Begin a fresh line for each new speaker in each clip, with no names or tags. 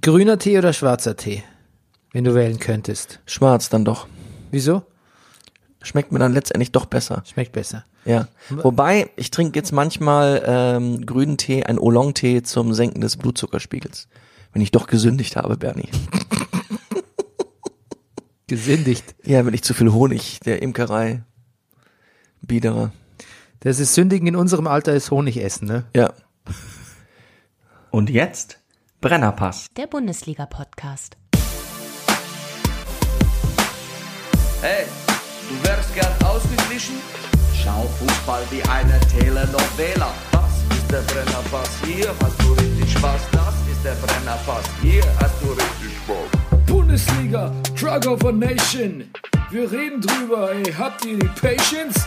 Grüner Tee oder schwarzer Tee? Wenn du wählen könntest.
Schwarz dann doch.
Wieso?
Schmeckt mir dann letztendlich doch besser.
Schmeckt besser.
Ja. Wobei, ich trinke jetzt manchmal ähm, grünen Tee, einen Oolong-Tee zum Senken des Blutzuckerspiegels. Wenn ich doch gesündigt habe, Bernie.
Gesündigt.
Ja, wenn ich zu viel Honig, der Imkerei. Biederer.
Das ist Sündigen in unserem Alter ist Honig essen, ne?
Ja.
Und jetzt Brennerpass.
Der Bundesliga-Podcast.
Hey, du wärst gern ausgeglichen? Schau Fußball wie eine Telenovela. Das ist der Brennerpass, hier hast du richtig Spaß. Das ist der Brennerpass, hier hast du richtig Spaß.
Bundesliga, Drug of a Nation. Wir reden drüber, ey, habt ihr die Patience?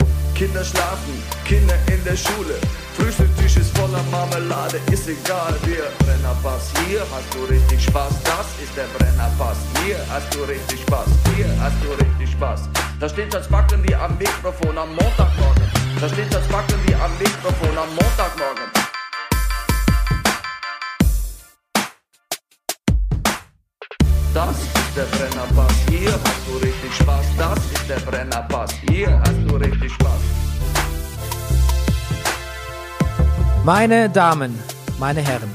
Kinder schlafen, Kinder in der Schule. Frühstücktisch ist voller Marmelade, ist egal, wir Brennerpass. Hier hast du richtig Spaß, das ist der Brennerpass. Hier hast du richtig Spaß, hier hast du richtig Spaß. Da steht das Backen wie am Mikrofon am Montagmorgen. Da steht das Backen wie am Mikrofon am Montagmorgen. Das ist der Brennerpass, hier hast du richtig Spaß. Das ist der Brennerpass, hier hast du richtig Spaß.
Meine Damen, meine Herren,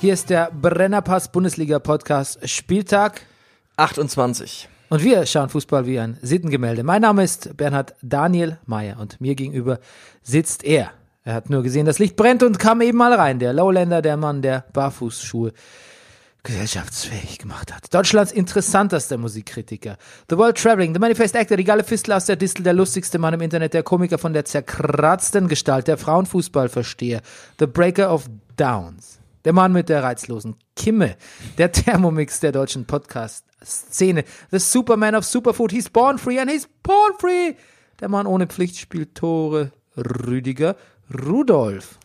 hier ist der Brennerpass Bundesliga Podcast Spieltag
28.
und wir schauen Fußball wie ein Sittengemälde. Mein Name ist Bernhard Daniel Mayer und mir gegenüber sitzt er. Er hat nur gesehen, das Licht brennt und kam eben mal rein. Der Lowlander, der Mann, der Barfußschuhe gesellschaftsfähig gemacht hat. Deutschlands interessantester Musikkritiker. The World Traveling, The Manifest Actor, die geile Fistel aus der Distel, der lustigste Mann im Internet, der Komiker von der zerkratzten Gestalt, der Frauenfußballversteher, The Breaker of Downs, der Mann mit der reizlosen Kimme, der Thermomix der deutschen Podcast-Szene, The Superman of Superfood, he's born free and he's born free. Der Mann ohne Pflichtspiel, Tore, Rüdiger, Rudolf.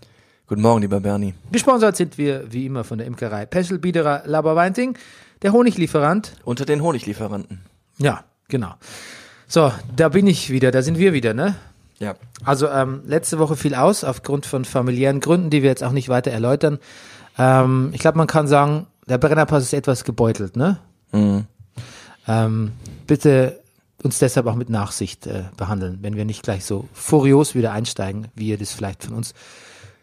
Guten Morgen, lieber Bernie.
Gesponsert sind wir wie immer von der Imkerei Peschel Biederer Laberweinting, der Honiglieferant.
Unter den Honiglieferanten.
Ja, genau. So, da bin ich wieder, da sind wir wieder, ne?
Ja.
Also ähm, letzte Woche fiel aus aufgrund von familiären Gründen, die wir jetzt auch nicht weiter erläutern. Ähm, ich glaube, man kann sagen, der Brennerpass ist etwas gebeutelt, ne? Ähm, bitte uns deshalb auch mit Nachsicht äh, behandeln, wenn wir nicht gleich so furios wieder einsteigen, wie ihr das vielleicht von uns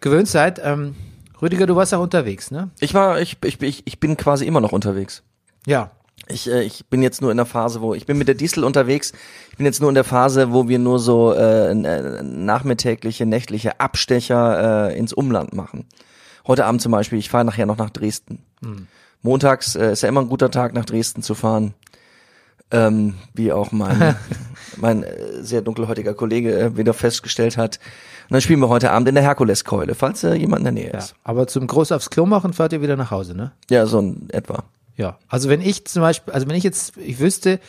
gewöhnt seid. Ähm, Rüdiger, du warst auch unterwegs, ne?
Ich war, ich, ich, ich, ich bin quasi immer noch unterwegs.
Ja.
Ich, äh, ich bin jetzt nur in der Phase, wo ich bin mit der Diesel unterwegs. Ich bin jetzt nur in der Phase, wo wir nur so äh, n- äh, nachmittägliche, nächtliche Abstecher äh, ins Umland machen. Heute Abend zum Beispiel, ich fahre nachher noch nach Dresden. Montags äh, ist ja immer ein guter Tag, nach Dresden zu fahren. Ähm, wie auch mein, mein äh, sehr dunkelhäutiger Kollege äh, wieder festgestellt hat. Und dann spielen wir heute Abend in der Herkuleskeule, falls äh, jemand in der Nähe
Ja,
ist.
aber zum Groß aufs Klo machen fahrt ihr wieder nach Hause, ne?
Ja, so ein etwa.
Ja. Also wenn ich zum Beispiel, also wenn ich jetzt, ich wüsste,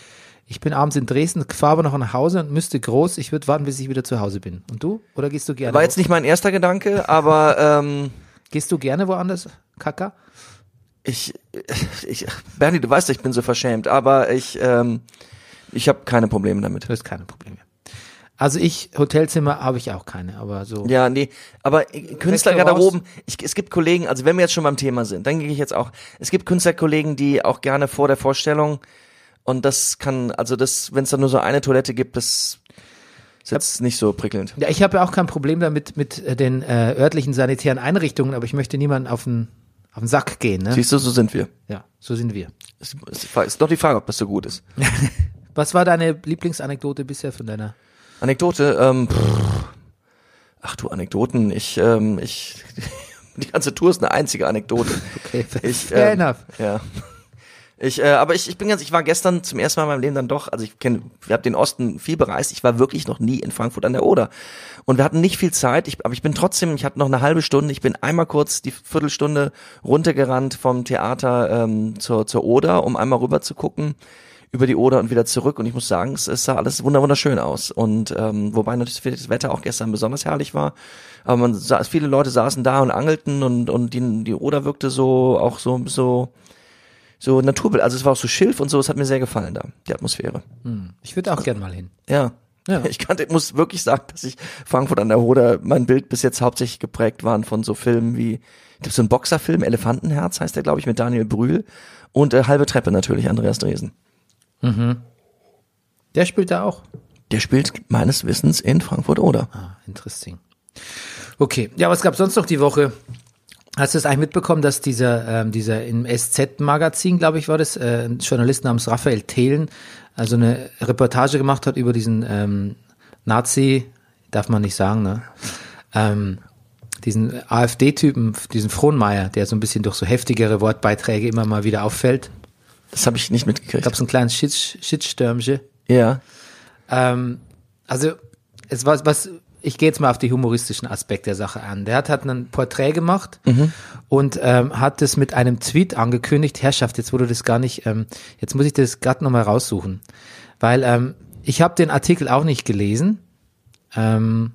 ich bin abends in Dresden, fahre aber noch nach Hause und müsste groß, ich würde warten, bis ich wieder zu Hause bin. Und du? Oder gehst du gerne?
War jetzt nicht mein erster Gedanke, aber ähm,
gehst du gerne woanders, Kaka?
Ich, ich, Bernie, du weißt, ich bin so verschämt, aber ich, ähm, ich habe keine Probleme damit.
Du hast keine Probleme. Also ich, Hotelzimmer habe ich auch keine, aber so.
Ja, nee, aber Künstler gerade
Restaurants?
oben, ich, es gibt Kollegen, also wenn wir jetzt schon beim Thema sind, dann gehe ich jetzt auch, es gibt Künstlerkollegen, die auch gerne vor der Vorstellung und das kann, also das, wenn es dann nur so eine Toilette gibt, das ist jetzt nicht so prickelnd.
Ja, ich habe ja auch kein Problem damit mit äh, den äh, örtlichen sanitären Einrichtungen, aber ich möchte niemanden auf den, auf den Sack gehen, ne?
Siehst du, so sind wir.
Ja, so sind wir.
Ist, ist, ist doch die Frage, ob das so gut ist.
Was war deine Lieblingsanekdote bisher von deiner?
Anekdote, ähm, pff. ach du Anekdoten, ich, ähm, ich, die ganze Tour ist eine einzige Anekdote.
Okay,
Ich,
fair
ähm,
enough.
Ja. Ich, äh, aber ich, ich bin ganz, ich war gestern zum ersten Mal in meinem Leben dann doch, also ich kenne, ich habe den Osten viel bereist, ich war wirklich noch nie in Frankfurt an der Oder. Und wir hatten nicht viel Zeit, ich, aber ich bin trotzdem, ich hatte noch eine halbe Stunde, ich bin einmal kurz die Viertelstunde runtergerannt vom Theater ähm, zur, zur Oder, um einmal rüber zu gucken über die Oder und wieder zurück. Und ich muss sagen, es, es sah alles wunder- wunderschön aus. Und ähm, wobei natürlich das Wetter auch gestern besonders herrlich war. Aber man saß, viele Leute saßen da und angelten und, und die, die Oder wirkte so auch so, so, so Naturbild. Also es war auch so Schilf und so, es hat mir sehr gefallen da, die Atmosphäre.
Ich würde auch gern mal hin.
Ja.
Ja.
Ich kann, ich muss wirklich sagen, dass ich Frankfurt an der Oder, mein Bild bis jetzt hauptsächlich geprägt waren von so Filmen wie, gibt so einen Boxerfilm, Elefantenherz heißt der, glaube ich, mit Daniel Brühl und äh, Halbe Treppe natürlich, Andreas Dresen.
Der spielt da auch.
Der spielt meines Wissens in Frankfurt Oder.
Ah, interesting. Okay, ja, was gab sonst noch die Woche? Hast du es eigentlich mitbekommen, dass dieser, ähm, dieser im SZ-Magazin, glaube ich, war das, äh, ein Journalist namens Raphael Thelen, also eine Reportage gemacht hat über diesen ähm, Nazi, darf man nicht sagen, ne? Ähm, diesen AfD-Typen, diesen Frohnmeier, der so ein bisschen durch so heftigere Wortbeiträge immer mal wieder auffällt.
Das habe ich nicht mitgekriegt.
Da gab es einen kleinen Shit- Shitstürmchen.
ja.
Ähm, also, es war was, ich gehe jetzt mal auf die humoristischen Aspekt der Sache an. Der hat, hat ein Porträt gemacht und ähm, hat es mit einem Tweet angekündigt. Herrschaft, jetzt wurde das gar nicht, ähm, jetzt muss ich das gerade nochmal raussuchen. Weil ähm, ich habe den Artikel auch nicht gelesen, ähm,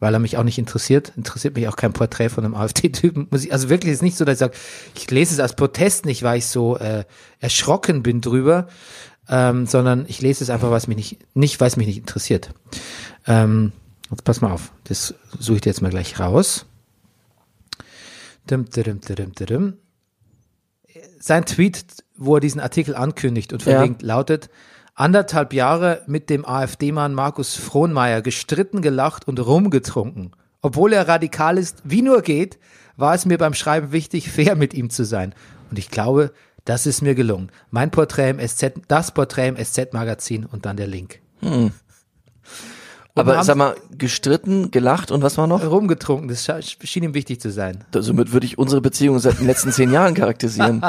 weil er mich auch nicht interessiert. Interessiert mich auch kein Porträt von einem AfD-Typen. Muss ich, also wirklich ist nicht so, dass ich sage, ich lese es als Protest nicht, weil ich so äh, erschrocken bin drüber ähm, sondern ich lese es einfach, was mich nicht, nicht weil es mich nicht interessiert. Ähm, jetzt pass mal auf, das suche ich dir jetzt mal gleich raus. Dum, dum, dum, dum, dum. Sein Tweet, wo er diesen Artikel ankündigt und verlinkt, lautet anderthalb Jahre mit dem AfD-Mann Markus Frohnmeier gestritten, gelacht und rumgetrunken. Obwohl er radikal ist, wie nur geht, war es mir beim Schreiben wichtig, fair mit ihm zu sein. Und ich glaube, das ist mir gelungen. Mein Porträt im SZ, das Porträt im SZ-Magazin und dann der Link.
Aber
haben-
sag mal, gestritten, gelacht und was war noch?
Rumgetrunken, das scha- schien ihm wichtig zu sein.
Somit würde ich unsere Beziehung seit den letzten zehn Jahren charakterisieren.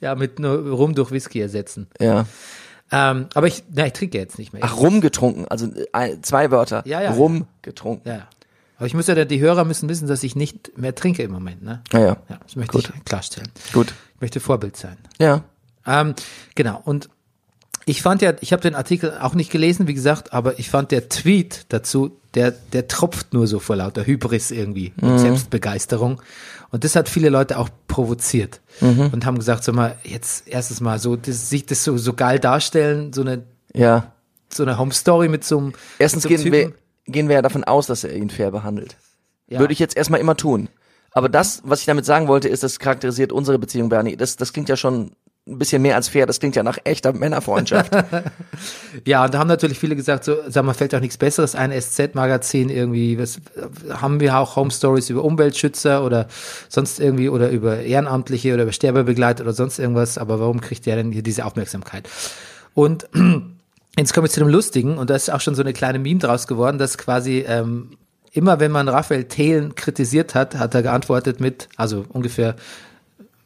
Ja, mit nur Rum durch Whisky ersetzen.
Ja.
Ähm, aber ich, na, ich trinke jetzt nicht mehr.
Ach, rumgetrunken, also äh, zwei Wörter.
Ja, ja.
Rumgetrunken.
Ja. Aber ich muss ja, die Hörer müssen wissen, dass ich nicht mehr trinke im Moment, ne?
Ja, ja.
Ja, das möchte ich klarstellen.
Gut.
Ich möchte Vorbild sein.
Ja.
Ähm, genau, und ich fand ja, ich habe den Artikel auch nicht gelesen, wie gesagt, aber ich fand der Tweet dazu, der, der tropft nur so vor lauter Hybris irgendwie und
Mhm.
Selbstbegeisterung. Und das hat viele Leute auch provoziert
Mhm.
und haben gesagt, sag mal, jetzt erstes Mal so, das, sich das so, so geil darstellen, so eine,
Ja.
so eine Home Story mit so einem.
Erstens
mit so
gehen
einem
wir,
Typen.
gehen wir ja davon aus, dass er ihn fair behandelt.
Ja.
Würde ich jetzt erstmal immer tun. Aber das, was ich damit sagen wollte, ist, das charakterisiert unsere Beziehung, Bernie. Das, das klingt ja schon ein bisschen mehr als fair. Das klingt ja nach echter Männerfreundschaft.
Ja, und da haben natürlich viele gesagt, so, sag mal, fällt auch nichts Besseres ein, SZ-Magazin irgendwie, was, haben wir auch Home Stories über Umweltschützer oder sonst irgendwie oder über Ehrenamtliche oder über Sterbebegleiter oder sonst irgendwas, aber warum kriegt der denn hier diese Aufmerksamkeit? Und jetzt kommen wir zu dem Lustigen und da ist auch schon so eine kleine Meme draus geworden, dass quasi ähm, immer wenn man Raphael Thelen kritisiert hat, hat er geantwortet mit, also ungefähr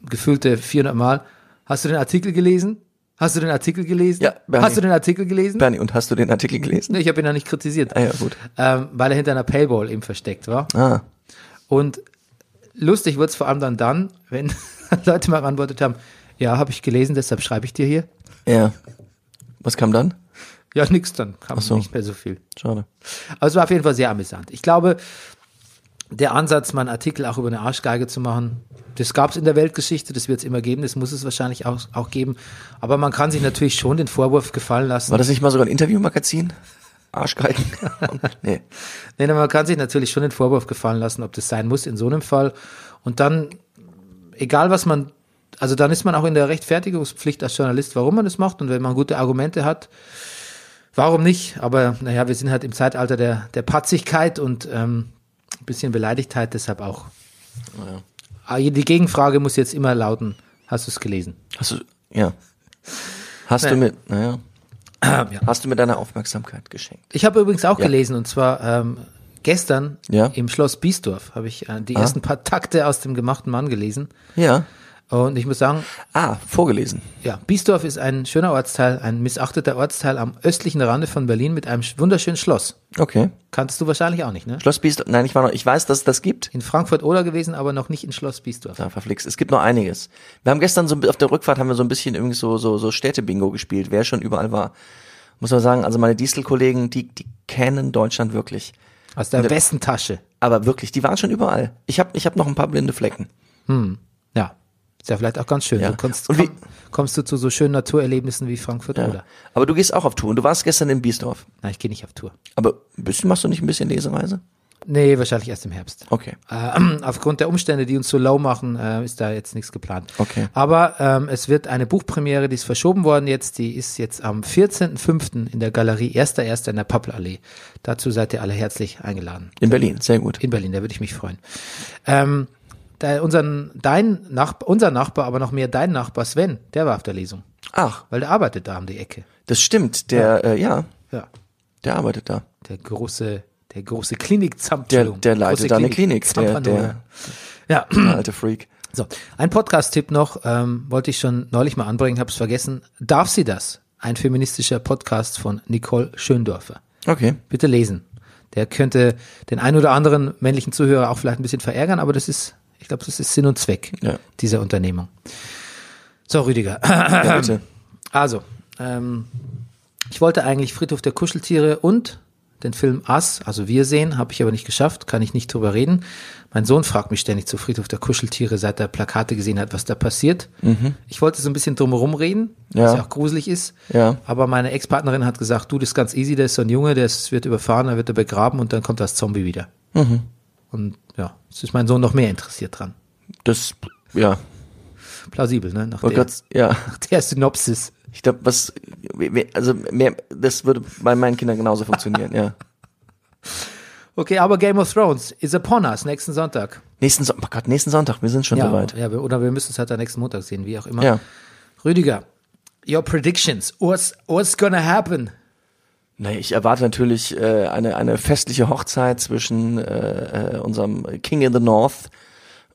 gefühlte 400 Mal, hast du den Artikel gelesen? Hast du den Artikel gelesen?
Ja, Bernie.
hast du den Artikel gelesen?
Bernie, und hast du den Artikel gelesen?
Ne, ich habe ihn ja nicht kritisiert.
Ah ja, gut.
Ähm, weil er hinter einer Paywall eben versteckt war.
Ah.
Und lustig wird's vor allem dann dann, wenn Leute mal geantwortet haben, ja, habe ich gelesen, deshalb schreibe ich dir hier.
Ja. Was kam dann?
Ja, nix dann, kam
so.
nicht mehr so viel.
Schade.
Aber es war auf jeden Fall sehr amüsant. Ich glaube, der Ansatz, mal einen Artikel auch über eine Arschgeige zu machen, das gab es in der Weltgeschichte, das wird es immer geben, das muss es wahrscheinlich auch, auch geben. Aber man kann sich natürlich schon den Vorwurf gefallen lassen.
War das nicht mal sogar ein Interviewmagazin? Arschgeigen? nee.
Nee, man kann sich natürlich schon den Vorwurf gefallen lassen, ob das sein muss in so einem Fall. Und dann, egal was man, also dann ist man auch in der Rechtfertigungspflicht als Journalist, warum man das macht und wenn man gute Argumente hat, warum nicht? Aber naja, wir sind halt im Zeitalter der, der Patzigkeit und ähm, ein bisschen Beleidigtheit, deshalb auch. Ah, Die Gegenfrage muss jetzt immer lauten, hast du es gelesen?
Hast du, ja. Hast du
Nee. Ah,
mir, naja.
ja.
Hast du mir deine Aufmerksamkeit geschenkt?
Ich habe übrigens auch
Ja.
gelesen und zwar ähm, gestern
Ja. Ah.
im Schloss Biesdorf habe ich äh, die ersten paar Takte aus dem gemachten Mann gelesen.
Ja.
Und ich muss sagen,
Ah, vorgelesen.
ja, Biesdorf ist ein schöner Ortsteil, ein misachteter Ortsteil am östlichen Rande von Berlin mit einem sch- wunderschönen Schloss.
Okay.
Kannst du wahrscheinlich auch nicht, ne?
Schloss Biesdorf. Nein, ich war noch, ich weiß, dass es das gibt.
In Frankfurt oder gewesen, aber noch nicht in Schloss Biesdorf.
Da verflixt. Es gibt noch einiges. Wir haben gestern so auf der Rückfahrt haben wir so ein bisschen irgendwie so so, so Städte-Bingo gespielt, wer schon überall war. Muss man sagen, also meine Dieselkollegen, die die kennen Deutschland wirklich.
Aus der Westentasche.
Aber wirklich, die waren schon überall. Ich habe ich hab noch ein paar blinde Flecken.
Ja. Ist ja vielleicht auch ganz schön.
Ja.
Du kommst,
Und wie-
komm, kommst du zu so schönen Naturerlebnissen wie Frankfurt
Ja.
oder?
Aber du gehst auch auf Tour und du warst gestern in Biesdorf.
Nein, ich gehe nicht auf Tour.
Aber ein bisschen machst du nicht ein bisschen Lesereise?
Nee, wahrscheinlich erst im Herbst.
Okay.
Äh, aufgrund der Umstände, die uns so low machen, äh, ist da jetzt nichts geplant.
Okay.
Aber ähm, es wird eine Buchpremiere, die ist verschoben worden jetzt, die ist jetzt am 14.05. in der Galerie 1.1. in der Pappelallee. Dazu seid ihr alle herzlich eingeladen.
In Berlin, sehr gut.
In Berlin, da würde ich mich freuen. Ähm, da unseren, dein Nachbar, unser Nachbar, aber noch mehr dein Nachbar Sven, der war auf der Lesung,
Ach,
weil der arbeitet da um die Ecke.
das stimmt. Der, ja, äh, ja
Ja,
der arbeitet da.
der große, der große klinik
Der, der leitet da eine Klinik. Der, der,
ja,
der alte Freak.
So, ein Podcast-Tipp noch, ähm, wollte ich schon neulich mal anbringen, habe es vergessen. Darf sie das? Ein feministischer Podcast von Nicole Schöndorfer.
Okay.
Bitte lesen. Der könnte den ein oder anderen männlichen Zuhörer auch vielleicht ein bisschen verärgern, aber das ist, ich glaube, das ist Sinn und Zweck
Ja.
dieser Unternehmung. So, Rüdiger.
Ja, bitte.
Also, ähm, ich wollte eigentlich Friedhof der Kuscheltiere und den Film Ass, also wir sehen, habe ich aber nicht geschafft, kann ich nicht drüber reden. Mein Sohn fragt mich ständig zu Friedhof der Kuscheltiere, seit er Plakate gesehen hat, was da passiert. Ich wollte so ein bisschen drumherum reden, was
Mhm. Ja.
ja auch gruselig ist.
Ja.
Aber meine Ex-Partnerin hat gesagt, du, das ist ganz easy, da ist so ein Junge, der ist, wird überfahren, er wird er begraben und dann kommt das Zombie wieder.
Mhm.
Und ja, es ist mein Sohn noch mehr interessiert dran.
Das, ja.
Plausibel, ne? Nach,
Wollte
der,
grad- ja.
nach der Synopsis.
Ich glaube, was, also mehr, das würde bei meinen Kindern genauso funktionieren, ja.
Okay, aber Game of Thrones is upon us nächsten Sonntag.
Nächsten Sonntag, oh Gott, nächsten Sonntag, wir sind schon
ja,
soweit.
ja, wir- oder wir müssen es halt am nächsten Montag sehen, wie auch immer.
Ja.
Rüdiger, your predictions. What's, what's gonna happen?
Nee, ich erwarte natürlich äh, eine, eine festliche Hochzeit zwischen äh, äh, unserem King in the North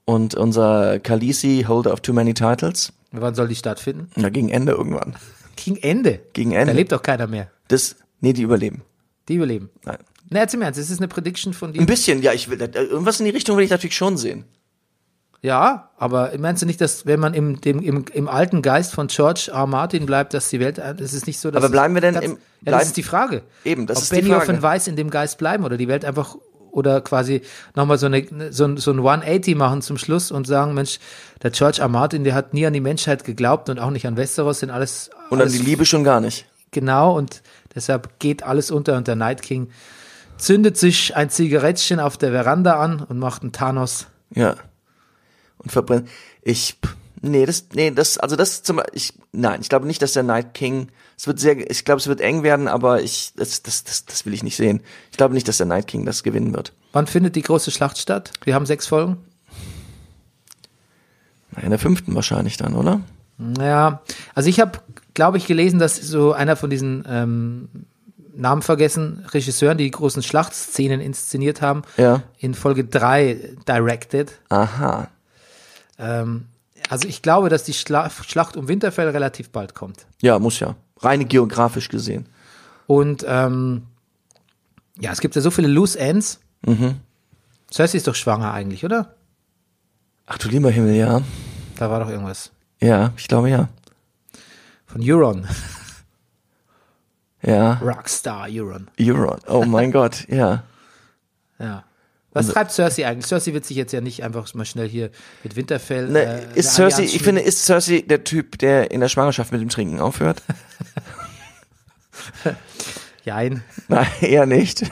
und unser Khaleesi, Holder of Too Many Titles.
Wann soll die stattfinden?
Ja, gegen Ende irgendwann.
Gegen Ende.
Gegen
Da
Ende.
lebt doch keiner mehr.
Das, nee, die überleben.
Die überleben.
Nein.
Na, jetzt im Ernst, es ist eine Prediction von dir.
Ein bisschen, ja, ich will, äh, irgendwas in die Richtung will ich natürlich schon sehen.
Ja, aber meinst du nicht, dass wenn man im, dem, im, im alten Geist von George R. Martin bleibt, dass die Welt, ein- es ist nicht so, dass...
Aber bleiben wir denn
das,
im-
Ja,
bleiben-
das ist die Frage.
Eben, das
Ob
ist die
Benioff
Frage.
und Weiss in dem Geist bleiben oder die Welt einfach oder quasi nochmal so, eine, so, ein- so ein 180 machen zum Schluss und sagen, Mensch, der George R. Martin, der hat nie an die Menschheit geglaubt und auch nicht an Westeros, sind alles...
Und dann
alles
die Liebe schon gar nicht.
Genau, und deshalb geht alles unter und der Night King zündet sich ein Zigarettchen auf der Veranda an und macht einen Thanos.
Ja. Und verbrennen. Ich. pff, Nee, das, nee, das, also das zum ich, nein, ich glaube nicht, dass der Night King, es wird sehr, ich glaube, es wird eng werden, aber ich, das, das, das, das will ich nicht sehen. Ich glaube nicht, dass der Night King das gewinnen wird.
Wann findet die große Schlacht statt? Wir haben sechs Folgen.
Na, In der fünften wahrscheinlich dann, oder?
Ja, also ich habe, glaube ich, gelesen, dass so einer von diesen ähm, Namen vergessen, Regisseuren, die die großen Schlachtszenen inszeniert haben,
Ja.
in Folge 3 directed.
Aha.
Ähm, also ich glaube, dass die Schla Schlacht um Winterfell relativ bald kommt.
Ja, muss ja. Reine geografisch gesehen.
Und ähm, ja, es gibt ja so viele Loose Ends. Mhm. Cersei ist doch schwanger eigentlich, oder?
Ach du lieber Himmel, ja.
Da war doch irgendwas.
Ja, ich glaube ja.
Von Euron.
Ja.
Rockstar Euron.
Euron. Oh mein Gott, ja.
Ja. Was treibt Cersei eigentlich? Cersei wird sich jetzt ja nicht einfach mal schnell hier mit Winterfell.
Ne,
äh, eine
ist Cersei,
Allianz
ich
schmieden.
finde, ist Cersei der Typ, der in der Schwangerschaft mit dem Trinken aufhört?
Jein.
Nein, eher nicht.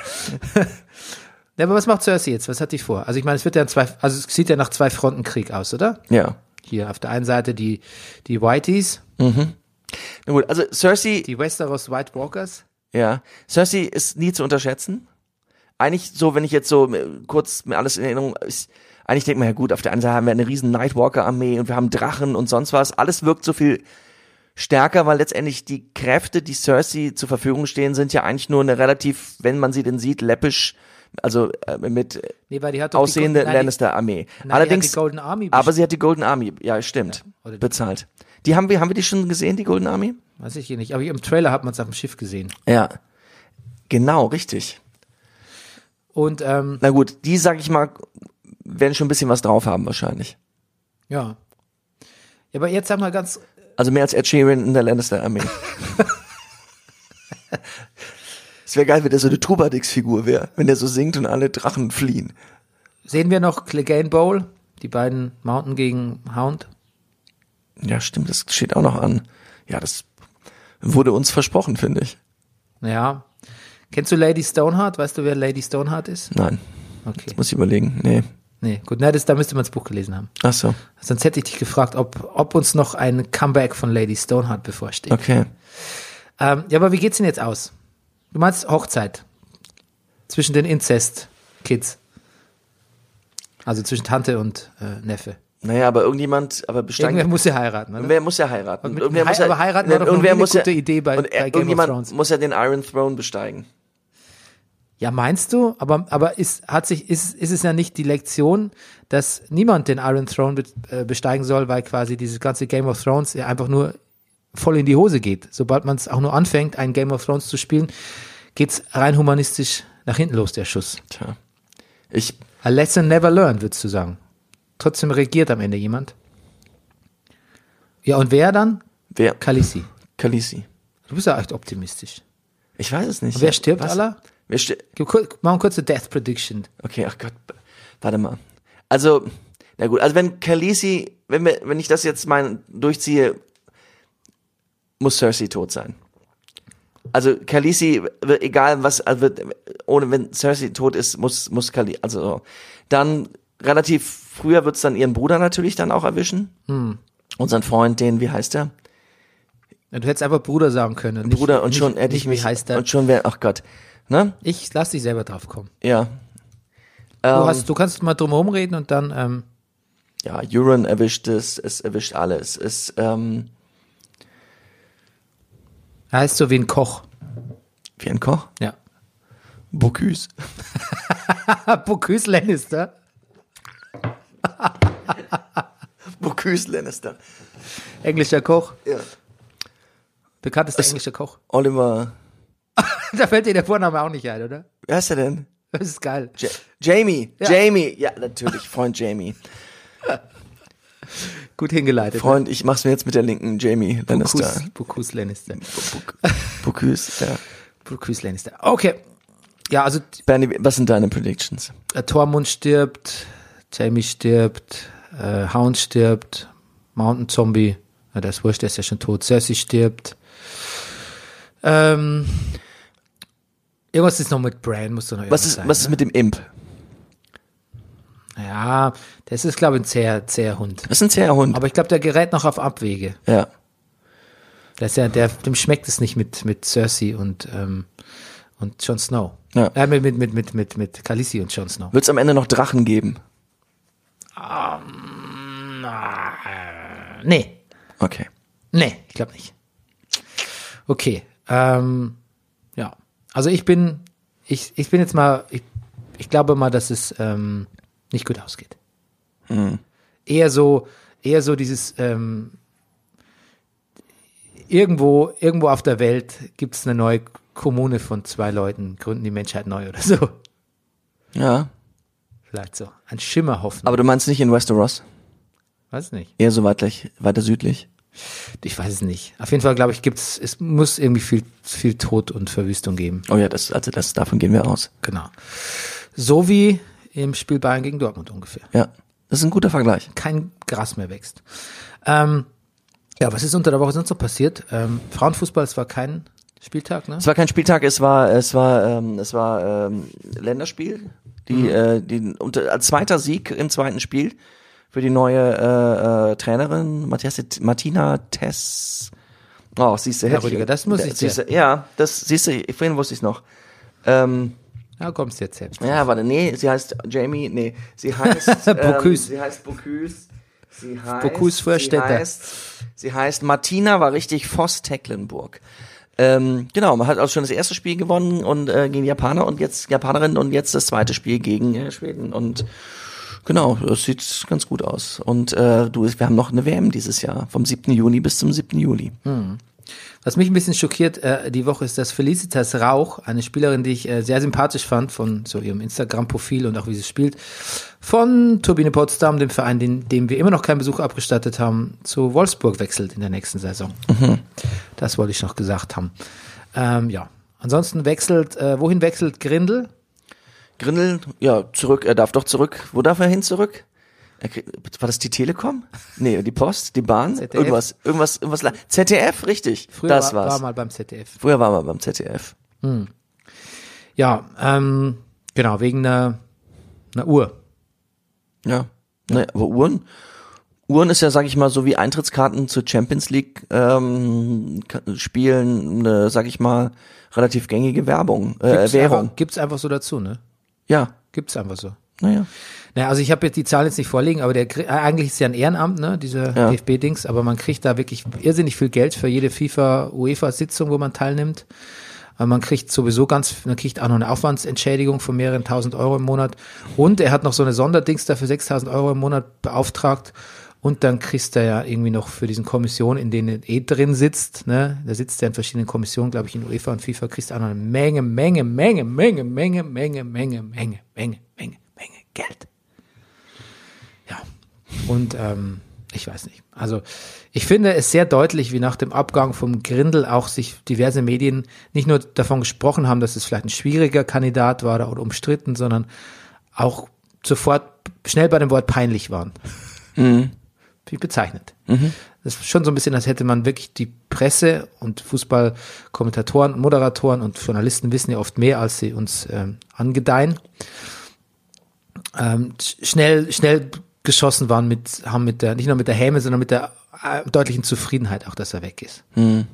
Ja, aber was macht Cersei jetzt? Was hat die vor? Also ich meine, es wird ja ein zwei, also es sieht ja nach zwei Fronten Krieg aus, oder?
Ja.
Hier auf der einen Seite die, die Whiteys,
Na gut, also Cersei,
die Westeros White Walkers.
ja, Cersei ist nie zu unterschätzen. Eigentlich so, wenn ich jetzt so äh, kurz mir alles in Erinnerung, ich, eigentlich denkt man ja gut, auf der einen Seite haben wir eine riesen Nightwalker-Armee und wir haben Drachen und sonst was. Alles wirkt so viel stärker, weil letztendlich die Kräfte, die Cersei zur Verfügung stehen, sind ja eigentlich nur eine relativ, wenn man sie denn sieht, läppisch also äh, mit
Nee, weil die hat doch die
aussehende
Golden- nein, die-
Lannister-Armee.
nein, die hat
Allerdings,
die Golden Army
aber sie hat die Golden Army, ja, stimmt,
oder die-
bezahlt. Die haben wir, haben wir die schon gesehen, die Golden Army?
Weiß ich hier nicht. Aber im Trailer hat man es auf dem Schiff gesehen.
Ja, genau, richtig.
Und ähm,
Na gut, die, sag ich mal, werden schon ein bisschen was drauf haben wahrscheinlich.
ja. Ja, aber jetzt sag mal ganz,
Also mehr als Ed Sheeran in der Lannister-Armee. Es wäre geil, wenn der so eine Trubadix-Figur wäre, wenn der so singt und alle Drachen fliehen.
sehen wir noch Clegane Bowl, die beiden Mountain gegen Hound.
Ja, stimmt, das steht auch noch an. Ja, das wurde uns versprochen, finde ich.
Ja. Kennst du Lady Stoneheart? Weißt du, wer Lady Stoneheart ist?
Nein,
Okay.
muss ich überlegen. Nee.
Nee, gut, na, das, da müsste man das Buch gelesen haben.
Ach so,
Sonst hätte ich dich gefragt, ob, ob uns noch ein Comeback von Lady Stoneheart bevorsteht.
okay.
Ähm, ja, aber wie geht's denn jetzt aus? Du meinst Hochzeit zwischen den Inzest-Kids. Also zwischen Tante und äh, Neffe.
Naja, aber irgendjemand, aber
Irgendwer
bestand.
muss sie heiraten, oder?
Irgendwer muss ja heiraten.
Und mit-
irgendwer
hei-
muss ja,
aber heiraten war doch noch
irgendwer
nie eine
muss ja,
gute Idee bei-
und,
bei Game of
irgendjemand
Thrones.
muss ja den Iron Throne besteigen.
Ja, meinst du? Aber, aber ist, hat sich, ist, ist es ja nicht die Lektion, dass niemand den Iron Throne be äh, besteigen soll, weil quasi dieses ganze Game of Thrones ja einfach nur voll in die Hose geht. Sobald man es auch nur anfängt, ein Game of Thrones zu spielen, geht's rein humanistisch nach hinten los, der Schuss.
Tja. Ich,
A lesson never learned, würdest du sagen. Trotzdem regiert am Ende jemand. Ja, und wer dann?
wer?
Khaleesi.
Khaleesi.
Du bist ja echt optimistisch.
Ich weiß es nicht.
Und wer stirbt,
Was?
Allah?
Wer stirbt?
Gib kur- Mach mal kurz eine Death Prediction.
Okay, ach Gott, b- warte mal. Also, na gut, also wenn Khaleesi, wenn, wir, wenn ich das jetzt mal durchziehe, muss Cersei tot sein. Also Khaleesi, w- egal was, also wird, ohne wenn Cersei tot ist, muss, muss Khaleesi, also so. dann relativ früher wird's dann ihren Bruder natürlich dann auch erwischen.
Hm.
Unseren Freund, den, wie heißt er?
Ja, Du hättest einfach Bruder sagen können. und nicht-
Bruder und
nicht-
schon hätte
nicht,
ich mich,
Wie heißt der?
und schon wäre, ach Gott, ne?
Ich lass dich selber drauf kommen.
Ja.
Du,
Ähm,
hast, du kannst mal drum rumreden und dann, ähm,
ja, Uran erwischt es, es erwischt alles. Es, ähm,
er heißt so wie ein Koch.
wie ein Koch?
Ja.
Bocuse.
Bocuse Lannister.
Bocuse Lannister.
Englischer Koch.
Ja.
Bekanntester englischer Koch.
Oliver.
Da fällt dir der Vorname auch nicht ein, oder?
Wer ist er denn?
Das ist geil.
Ja- Jamie.
Ja.
Jamie. Ja, natürlich. Freund Jamie.
Gut hingeleitet.
Freund, ich mach's mir jetzt mit der linken Jamie Lannister.
Bocuse, Bocuse Lannister.
Bocuse. Ja.
Bocuse Lannister. Okay. Ja, also
Bernie, was sind deine Predictions?
äh, Tormund stirbt, Jamie stirbt, äh, Hound stirbt, Mountain Zombie, na, das ist wurscht, der ist ja schon tot, Cersei stirbt. Ähm, irgendwas ist noch mit Bran, muss doch noch
Was
irgendwas
ist,
sein.
was ist mit dem Imp?
Ja, das ist, glaube ich, ein zäher, zäher Hund.
Das ist ein zäher Hund.
Aber ich glaube, der gerät noch auf Abwege.
ja.
Das ist ja, der, dem schmeckt es nicht mit, mit Cersei und, ähm, und Jon Snow.
Ja.
Äh, mit, mit, mit, mit, mit, mit Khaleesi und Jon Snow.
Wird's am Ende noch Drachen geben?
Nee,
Okay.
Nee, ich glaube nicht. Okay. Ähm, ja. Also ich bin, ich, ich bin jetzt mal, ich, ich glaube mal, dass es ähm, nicht gut ausgeht. Eher so, eher so dieses ähm, irgendwo, irgendwo auf der Welt gibt es eine neue Kommune von zwei Leuten, gründen die Menschheit neu oder so.
Ja.
Vielleicht so. Ein Schimmer hoffen.
Aber du meinst nicht in Westeros?
weiß nicht.
Eher so weit, gleich- weiter südlich?
Ich weiß es nicht. Auf jeden Fall glaube ich, gibt's, es muss irgendwie viel, viel Tod und Verwüstung geben.
Oh ja, das, also das, davon gehen wir aus.
Genau. So wie im Spiel Bayern gegen Dortmund ungefähr.
Ja. Das ist ein guter Vergleich.
Kein Gras mehr wächst. Ähm, ja, was ist unter der Woche sonst noch passiert? Ähm, Frauenfußball, es war kein Spieltag, ne?
Es war kein Spieltag, es war es war ähm, es war ähm, Länderspiel. Die
Mhm.
äh, die unter, als zweiter Sieg im zweiten Spiel für die neue äh, äh, Trainerin Matthias, Martina Tess. Oh, siehst du,
Ja, Rüdiger, das muss ich
siehst du, Ja, das siehst du, ich- vorhin wusste ich noch. Ähm,
Ja, kommst jetzt selbst.
ja, warte, nee, sie heißt Jamie, nee, sie heißt ähm,
Bocuse.
sie heißt Bocuse. Sie heißt,
Bocuse
sie
Vorstädter.
heißt, sie heißt Martina war richtig Voss Tecklenburg. Ähm, genau, man hat auch schon das erste Spiel gewonnen und äh, gegen Japaner und jetzt Japanerinnen und jetzt das zweite Spiel gegen äh, Schweden und genau, das sieht ganz gut aus. Und äh, du, wir haben noch eine WM dieses Jahr vom 7. Juni bis zum 7. Juli.
Was mich ein bisschen schockiert äh, die Woche ist, dass Felicitas Rauch, eine Spielerin, die ich äh, sehr sympathisch fand von so ihrem Instagram-Profil und auch wie sie spielt, von Turbine Potsdam, dem Verein, den, dem wir immer noch keinen Besuch abgestattet haben, zu Wolfsburg wechselt in der nächsten Saison.
Mhm.
Das wollte ich noch gesagt haben. Ähm, ja, ansonsten wechselt, äh, wohin wechselt Grindel?
Grindel, ja, zurück, er darf doch zurück. Wo darf er hin zurück? Er krieg, war das die Telekom? Nee, die Post, die Bahn,
ZDF?
irgendwas, irgendwas, irgendwas. la- ZDF, richtig.
Früher
das
war,
war's.
war mal beim ZDF.
Früher war man beim ZDF.
Ja, ähm, genau, wegen einer, einer Uhr.
Ja. Naja, aber Uhren? Uhren ist ja, sag ich mal, so wie Eintrittskarten zu Champions League ähm, Ka- Spielen, eine, sag ich mal, relativ gängige Werbung, äh,
Gibt's
Währung.
Einfach, gibt's einfach so dazu, ne?
Ja,
Gibt's einfach so.
naja.
Naja, also ich habe jetzt die Zahlen jetzt nicht vorliegen, aber der, krie- äh, eigentlich ist es ja ein Ehrenamt, ne, diese
Ja.
DFB-Dings, aber man kriegt da wirklich irrsinnig viel Geld für jede FIFA-UEFA-Sitzung, wo man teilnimmt. Aber man kriegt sowieso ganz, man kriegt auch noch eine Aufwandsentschädigung von mehreren tausend Euro im Monat. Und er hat noch so eine Sonderdings da für 6000 Euro im Monat beauftragt. Und dann kriegst du ja irgendwie noch für diesen Kommission, in denen eh drin sitzt, ne, da sitzt er in verschiedenen Kommissionen, glaube ich, in UEFA und FIFA, kriegst du auch noch eine Menge, Menge, Menge, Menge, Menge, Menge, Menge, Menge, Menge, Menge, Menge Geld. Ja. Und ähm, ich weiß nicht. Also ich finde es sehr deutlich, wie nach dem Abgang vom Grindel auch sich diverse Medien nicht nur davon gesprochen haben, dass es vielleicht ein schwieriger Kandidat war oder- oder umstritten, sondern auch sofort schnell bei dem Wort peinlich waren. Wie bezeichnet. Das ist schon so ein bisschen, als hätte man wirklich die Presse und Fußballkommentatoren, und Moderatoren und Journalisten wissen ja oft mehr, als sie uns ähm, angedeihen ähm, sch- schnell, schnell geschossen waren mit, haben mit der, nicht nur mit der Häme, sondern mit der äh, deutlichen Zufriedenheit auch, dass er weg ist.
Hm.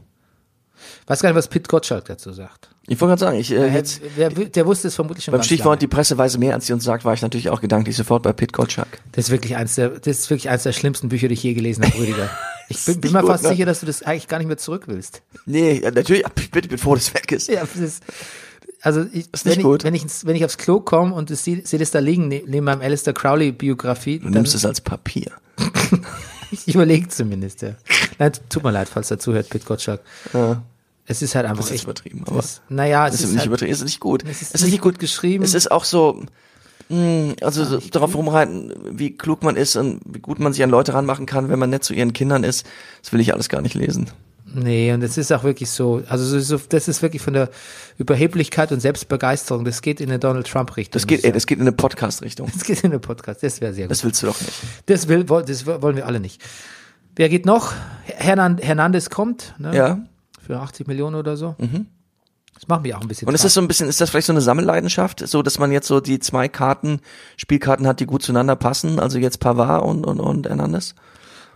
Weiß gar nicht, was Pit Gottschalk dazu sagt.
Ich wollte gerade sagen, ich äh, jetzt
der, der, der wusste es vermutlich schon
beim
ganz
Stichwort die
lange.
Presse weiß mehr, als sie uns sagt, war ich natürlich auch gedanklich sofort bei Pit Gottschalk.
Das ist wirklich eins der, das ist wirklich eins der schlimmsten Bücher, die ich je gelesen habe, Rüdiger. Ich bin, bin
Ist nicht
mir
gut,
fast
ne?
sicher, dass du das eigentlich gar nicht mehr zurück willst.
Nee, ja, natürlich, ich bin, ich bin froh, dass es weg ist.
Ja, das ist, also ich,
Ist nicht
wenn,
gut.
Ich, wenn, ich ins, wenn ich aufs Klo komme und es sehe seh das da liegen, ne- neben meinem Alistair Crowley-Biografie,
Du nimmst es als Papier.
Ich überlege zumindest, ja. Nein, tut mir leid, falls dazu hört, Pit Gottschalk. Es ist halt einfach
Das ist
echt.
übertrieben,
es
aber-
ist, naja, es
Es
ist,
ist, nicht
halt,
übertrieben, es ist nicht gut.
es ist nicht gut geschrieben.
Es ist auch so, mh, also so, darauf rumreiten, wie klug man ist und wie gut man sich an Leute ranmachen kann, wenn man nett zu ihren Kindern ist. Das will ich alles gar nicht lesen.
nee, und es ist auch wirklich so, also so- so, das ist wirklich von der Überheblichkeit und Selbstbegeisterung, das geht in eine Donald Trump-Richtung.
Das geht, ey, das geht in eine Podcast-Richtung.
das geht in den Podcast, das wäre sehr gut.
Das willst du doch nicht.
Das, will, woll- das wollen wir alle nicht. Wer geht noch? Hernan- Hernandez kommt, ne?
Ja. Mhm.
Für 80 Millionen oder so. Das machen wir auch ein bisschen.
Und ist
traurig.
das so ein bisschen, ist das vielleicht so eine Sammelleidenschaft, so dass man jetzt so die zwei Karten, Spielkarten hat, die gut zueinander passen, also jetzt Pavard und, und, und Hernandez?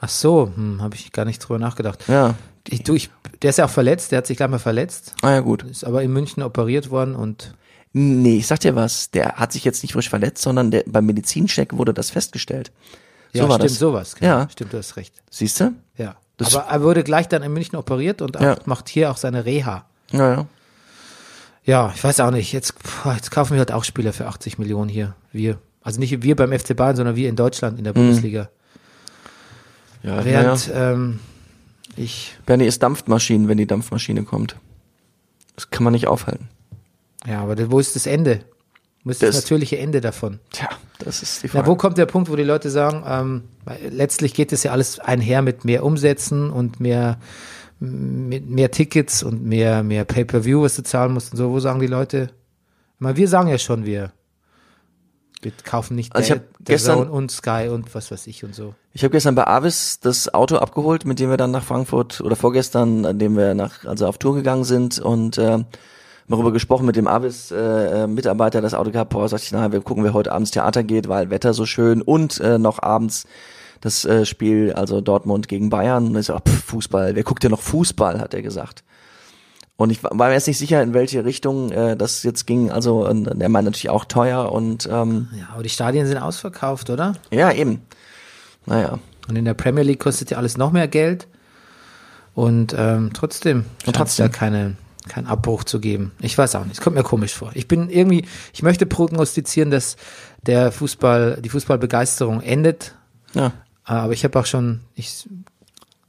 Ach so, hm, habe ich gar nicht drüber nachgedacht.
Ja.
Ich, du, ich, der ist ja auch verletzt, der hat sich gleich mal verletzt.
Ah ja, gut.
Ist aber in München operiert worden und
Nee, ich sag dir was, der hat sich jetzt nicht frisch verletzt, sondern der, beim Medizincheck wurde das festgestellt. So
ja,
war
stimmt
das.
sowas. genau.
Ja.
Stimmt, du hast recht.
Siehst du?
Ja.
Das-
aber er wurde gleich dann in München operiert und auch,
Ja.
macht hier auch seine Reha.
Naja.
Ja, ich weiß auch nicht. Jetzt, puh, jetzt kaufen wir halt auch Spieler für 80 Millionen hier. Wir. Also nicht wir beim FC Bayern, sondern wir in Deutschland in der Bundesliga.
Mhm. Ja, naja.
Während ähm, ich,
Bernie ist Dampfmaschinen, wenn die Dampfmaschine kommt. Das kann man nicht aufhalten.
ja, aber wo ist das Ende? Wo ist das,
Das-
natürliche Ende davon?
Tja, das ist die
Na,
Frage.
wo kommt der Punkt, wo die Leute sagen, ähm, weil letztlich geht es ja alles einher mit mehr Umsätzen und mehr, m- mit mehr Tickets und mehr, mehr Pay-Per-View, was du zahlen musst und so. Wo sagen die Leute? Ich meine, wir sagen ja schon, wir, wir kaufen nicht
Also ich
der,
hab
der
gestern-
Zone und Sky und was weiß ich und so.
ich habe gestern bei Avis das Auto abgeholt, mit dem wir dann nach Frankfurt oder vorgestern, an dem wir nach also auf Tour gegangen sind und äh, darüber gesprochen mit dem Avis äh, äh, Mitarbeiter, das Auto gehabt, boah, sagte ich, na, wir gucken, wer heute abends Theater geht, weil Wetter so schön und äh, noch abends das äh, Spiel also Dortmund gegen Bayern und ich so, pff, Fußball, wer guckt denn noch Fußball, hat er gesagt. Und ich war war mir jetzt nicht sicher, in welche Richtung äh, das jetzt ging. Also und, und er meint natürlich auch teuer und ähm,
Ja, aber die Stadien sind ausverkauft, oder?
ja, eben. Naja.
Und in der Premier League kostet ja alles noch mehr Geld. Und ähm, trotzdem scheint es
trotzdem.
da keine, keinen Abbruch zu geben. Ich weiß auch nicht. Es kommt mir komisch vor. Ich bin irgendwie, ich möchte prognostizieren, dass der Fußball, die Fußballbegeisterung endet. Äh,
Ja.
Aber ich habe auch schon, ich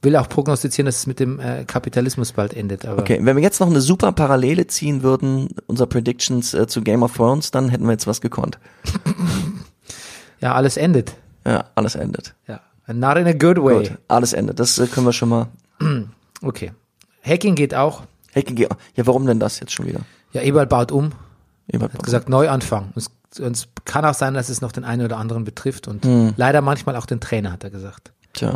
will auch prognostizieren, dass es mit dem äh, Kapitalismus bald endet. Aber
Okay, wenn wir jetzt noch eine super Parallele ziehen würden, unser Predictions äh, zu Game of Thrones, dann hätten wir jetzt was gekonnt.
ja, alles endet.
Ja, alles endet.
Ja. Not in a good way.
Gut, alles endet. Das äh, können wir schon mal.
Okay. Hacking geht auch.
Hecke, ge- ja, warum denn das jetzt schon wieder?
Ja, Eberl baut um.
Jemand-
Hat gesagt, Neuanfang. Und es, und es kann auch sein, dass es noch den einen oder anderen betrifft und leider manchmal auch den Trainer, hat er gesagt.
Tja.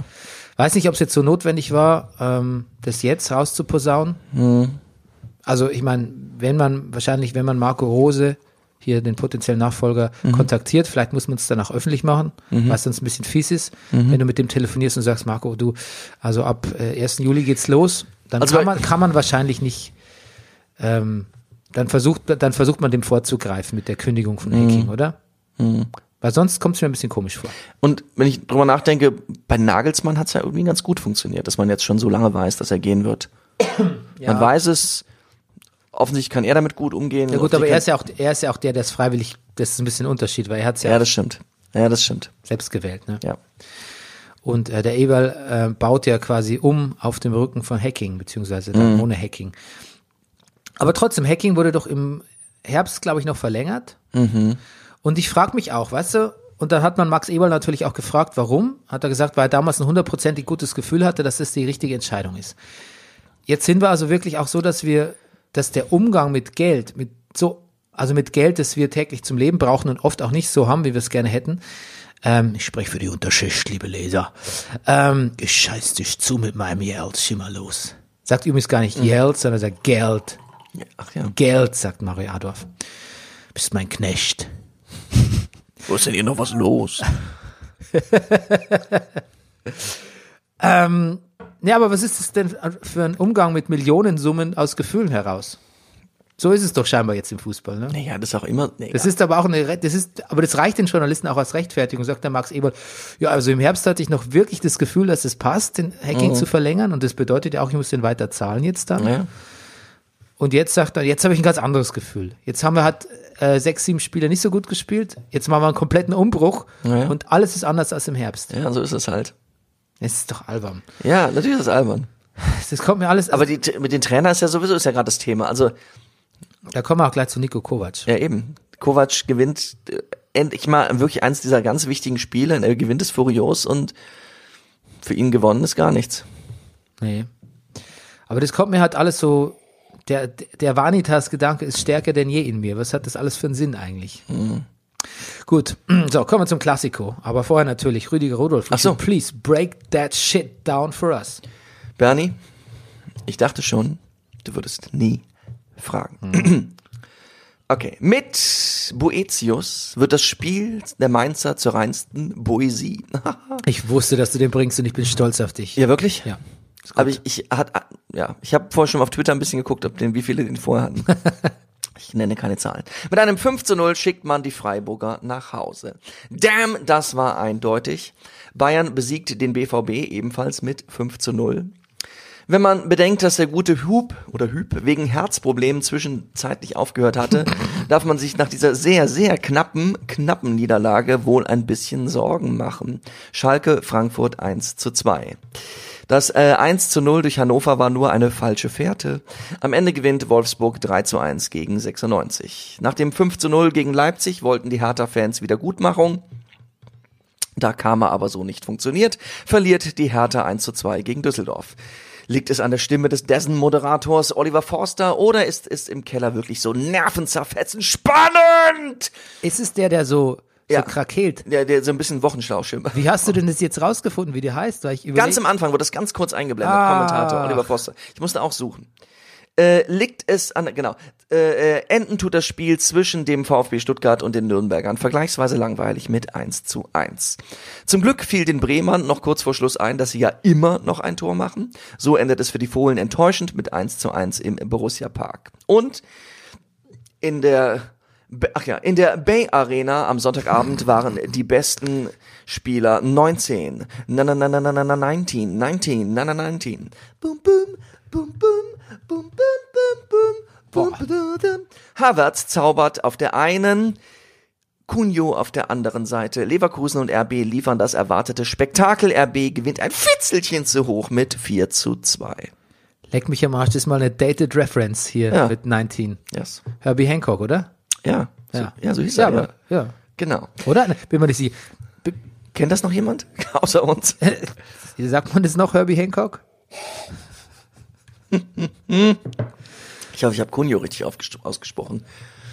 Weiß nicht, ob es jetzt so notwendig war, ähm, das jetzt rauszuposaunen.
Hm.
Also ich meine, wenn man wahrscheinlich, wenn man Marco Rose hier den potenziellen Nachfolger
Mhm.
kontaktiert, vielleicht muss man es danach öffentlich machen, was sonst ein bisschen fies ist,
Mhm.
wenn du mit dem telefonierst und sagst, Marco, du, also ab äh, 1. Juli geht's los, dann
Also
kann,
bei-
man, kann man wahrscheinlich nicht, ähm, dann versucht, dann versucht man dem vorzugreifen mit der Kündigung von
Mhm.
Hacking, oder? Weil sonst kommt es mir ein bisschen komisch vor.
Und wenn ich drüber nachdenke, bei Nagelsmann hat es ja irgendwie ganz gut funktioniert, dass man jetzt schon so lange weiß, dass er gehen wird. Man weiß es, offensichtlich kann er damit gut umgehen.
Ja gut, aber er ist ja auch, er ist ja auch der, der es freiwillig, das ist ein bisschen ein Unterschied, weil er hat es ja,
Ja, das stimmt. Ja, das stimmt.
selbst gewählt. Ne?
Ja.
Und äh, der Eberl äh, baut ja quasi um auf dem Rücken von Hacking, beziehungsweise dann ohne Hacking. Aber trotzdem, Hacking wurde doch im Herbst, glaube ich, noch verlängert. Und ich frage mich auch, weißt du, und dann hat man Max Eberl natürlich auch gefragt, warum? Hat er gesagt, weil er damals ein hundertprozentig gutes Gefühl hatte, dass es die richtige Entscheidung ist. Jetzt sind wir also wirklich auch so, dass wir, dass der Umgang mit Geld, mit so, also mit Geld, das wir täglich zum Leben brauchen und oft auch nicht so haben, wie wir es gerne hätten. Ähm, ich spreche für die Unterschicht, liebe Leser. Ähm, ich scheiß dich zu mit meinem Geld, schimmer los. Sagt übrigens gar nicht Geld, sondern sagt Geld.
Ja, Ach ja.
Geld, sagt Mario Adorf. Bist mein Knecht.
Wo ist denn hier noch was los?
Ja, aber was ist es denn für ein Umgang mit Millionensummen aus Gefühlen heraus? So ist es doch scheinbar jetzt im Fußball, ne?
Naja, das ist auch immer. Nee,
Das ist aber auch eine, Re- das ist, aber das reicht den Journalisten auch als Rechtfertigung, sagt der Max Eberl. Ja, also im Herbst hatte ich noch wirklich das Gefühl, dass es passt, den Hacking zu verlängern und das bedeutet ja auch, ich muss den weiter zahlen jetzt dann.
Ja.
Und jetzt sagt er, jetzt habe ich ein ganz anderes Gefühl. Jetzt haben wir halt äh, sechs, sieben Spiele nicht so gut gespielt. Jetzt machen wir einen kompletten Umbruch
Ja.
und alles ist anders als im Herbst.
ja, so ist es halt.
Es ist doch albern.
Ja, natürlich ist es albern.
Das kommt mir alles,
Aber die, mit den Trainer ist ja sowieso ist ja gerade das Thema. Also
da kommen wir auch gleich zu Nico Kovac.
Ja, eben. Kovac gewinnt äh, endlich mal wirklich eins dieser ganz wichtigen Spiele. Er gewinnt es furios und für ihn gewonnen ist gar nichts.
Nee. Aber das kommt mir halt alles so, der, der Vanitas-Gedanke ist stärker denn je in mir. Was hat das alles für einen Sinn eigentlich?
Mhm.
Gut, so, kommen wir zum Klassiko. Aber vorher natürlich, Rüdiger Rudolph.
Ach so.
would you Please break that shit down for us.
Bernie, ich dachte schon, du würdest nie fragen. Mhm. Okay, mit Boetius wird das Spiel der Mainzer zur reinsten Poesie.
Ich wusste, dass du den bringst und ich bin stolz auf dich.
ja, wirklich?
Ja.
Aber ich, ich hat, ja, ich habe vorher schon auf Twitter ein bisschen geguckt, ob den, wie viele den vorher hatten. Ich nenne keine Zahlen. Mit einem 5 zu 0 schickt man die Freiburger nach Hause. Damn, das war eindeutig. Bayern besiegt den BVB ebenfalls mit 5 zu 0. Wenn man bedenkt, dass der gute Hub oder Hüb wegen Herzproblemen zwischenzeitlich aufgehört hatte, darf man sich nach dieser sehr, sehr knappen, knappen Niederlage wohl ein bisschen Sorgen machen. Schalke Frankfurt 1 zu 2. Das äh, 1 zu 0 durch Hannover war nur eine falsche Fährte. Am Ende gewinnt Wolfsburg 3 zu 1 gegen 96. Nach dem 5 zu 0 gegen Leipzig wollten die Hertha-Fans wieder Gutmachung. Da Karma aber so nicht funktioniert, verliert die Hertha 1 zu 2 gegen Düsseldorf. Liegt es an der Stimme des dessen Moderators Oliver Forster oder ist es im Keller wirklich so nervenzerfetzend spannend?
Ist es der, der so, so
Ja.
krakeelt?
Der, der so ein bisschen Wochenschlauschimmer.
Wie hast du denn das jetzt rausgefunden, wie der heißt? Weil ich überleg-
Ganz am Anfang wurde das ganz kurz eingeblendet.
Ah.
Kommentator Oliver Foster. Ich musste auch suchen. Äh, liegt es an, genau, äh, äh, enden tut das Spiel zwischen dem VfB Stuttgart und den Nürnbergern vergleichsweise langweilig mit 1 zu 1. Zum Glück fiel den Bremern noch kurz vor Schluss ein, dass sie ja immer noch ein Tor machen. So endet es für die Fohlen enttäuschend mit 1 zu 1 im Borussia Park. Und in der Be- Ach ja, in der Bay Arena am Sonntagabend waren die besten Spieler 19. Na na na na na na na 19, 19, na na 19. Boom boom boom boom boom boom boom boom boom boom. Havertz zaubert auf der einen, Cunio auf der anderen Seite. Leverkusen und RB liefern das erwartete Spektakel. RB gewinnt ein Fitzelchen zu hoch mit 4 zu 2.
Leck mich am Arsch, das ist mal eine dated reference hier
Ja.
mit 19.
Yes.
Herbie Hancock, oder?
Ja. So, ja. so hieß er. Ja.
aber- ja.
Genau.
Oder? Ne, Bin mir nicht sicher.
Kennt das noch jemand? Außer uns?
Sagt man das noch, Herbie Hancock?
Ich hoffe, ich habe Cunio richtig aufgest- ausgesprochen.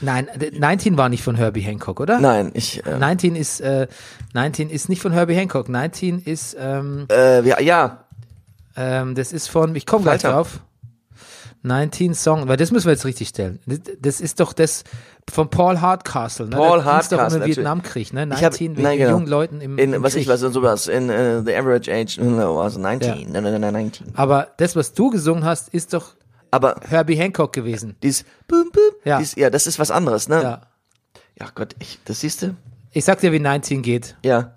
Nein, d- 19 war nicht von Herbie Hancock, oder?
Nein, ich. Äh,
19 ist, äh, 19 ist nicht von Herbie Hancock. 19 ist, ähm,
äh, ja, ja,
ähm, das ist von, ich komme gleich
Falter.
drauf. 19 Song, weil das müssen wir jetzt richtig stellen. Das- Das ist doch das von Paul Hardcastle. Ne? Da
Paul
ging's doch um
Hardcastle,
den
natürlich.
Vietnamkrieg, ne?
ich hab,
19 wegen
nein, genau.
jungen Leuten im,
in,
im
was
Krieg.
ich weiß und sowas in äh, the average age no, was 19
Ja.
nein, nein, nein, 19
Aber das, was du gesungen hast, ist doch
aber
Herbie Hancock gewesen.
dies boom, boom,
Ja.
ja. Dies, ja das ist was anderes ne ja,
Ja.
Gott ich, das siehst du
Ich sag dir, wie 19 geht.
ja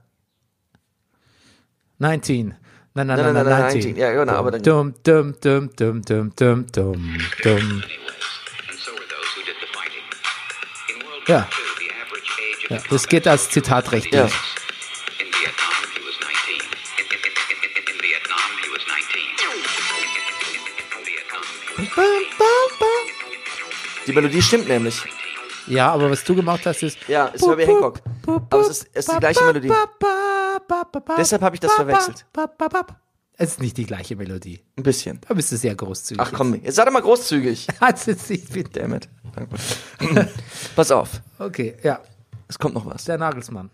19. Nein, nein,
Nein,
nein,
nein, nein,
19.
19. Ja, genau, aber dann-
Dum, dum, dum, dum, dum, dum, dum, dum.
and so were those who did the fighting. In World
Ja.
War II, the average age of
Ja,
the
das geht als Zitat recht
combat
durch.
was 26. In Vietnam, he was 19. In, in, in, in, in, in Vietnam, he was 19. In, in, in, in, in Vietnam, he was
bam, bam, bam. die Melodie stimmt nämlich
Ja, aber was du gemacht hast, ist.
ja ist Herbie Hancock aber es ist, es ist die gleiche Melodie Deshalb hab ich das verwechselt.
Es ist nicht die gleiche Melodie.
ein bisschen
Da bist du sehr großzügig.
ach komm jetzt sei doch mal großzügig
Hat's jetzt nicht mit.
damn it Danke. pass auf
Okay, ja.
es kommt noch was
Der Nagelsmann.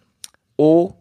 O.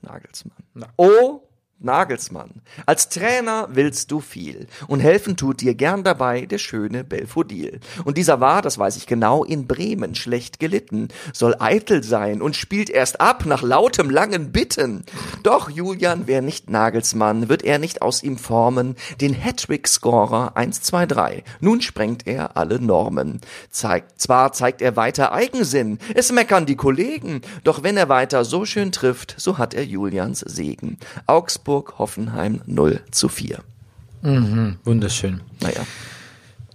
Nagelsmann. O. Nagelsmann. Als Trainer willst du viel und helfen tut dir gern dabei der schöne Belfodil. Und dieser war, das weiß ich genau, in Bremen schlecht gelitten, soll eitel sein und spielt erst ab nach lautem langen Bitten. Doch Julian wär nicht Nagelsmann, wird er nicht aus ihm formen, den Hattrick-Scorer 1, 2, 3. Nun sprengt er alle Normen. Zeigt, zwar zeigt er weiter Eigensinn, es meckern die Kollegen, doch wenn er weiter so schön trifft, so hat er Julians Segen. Augsburg, Hoffenheim 0 zu 4.
Wunderschön.
Naja,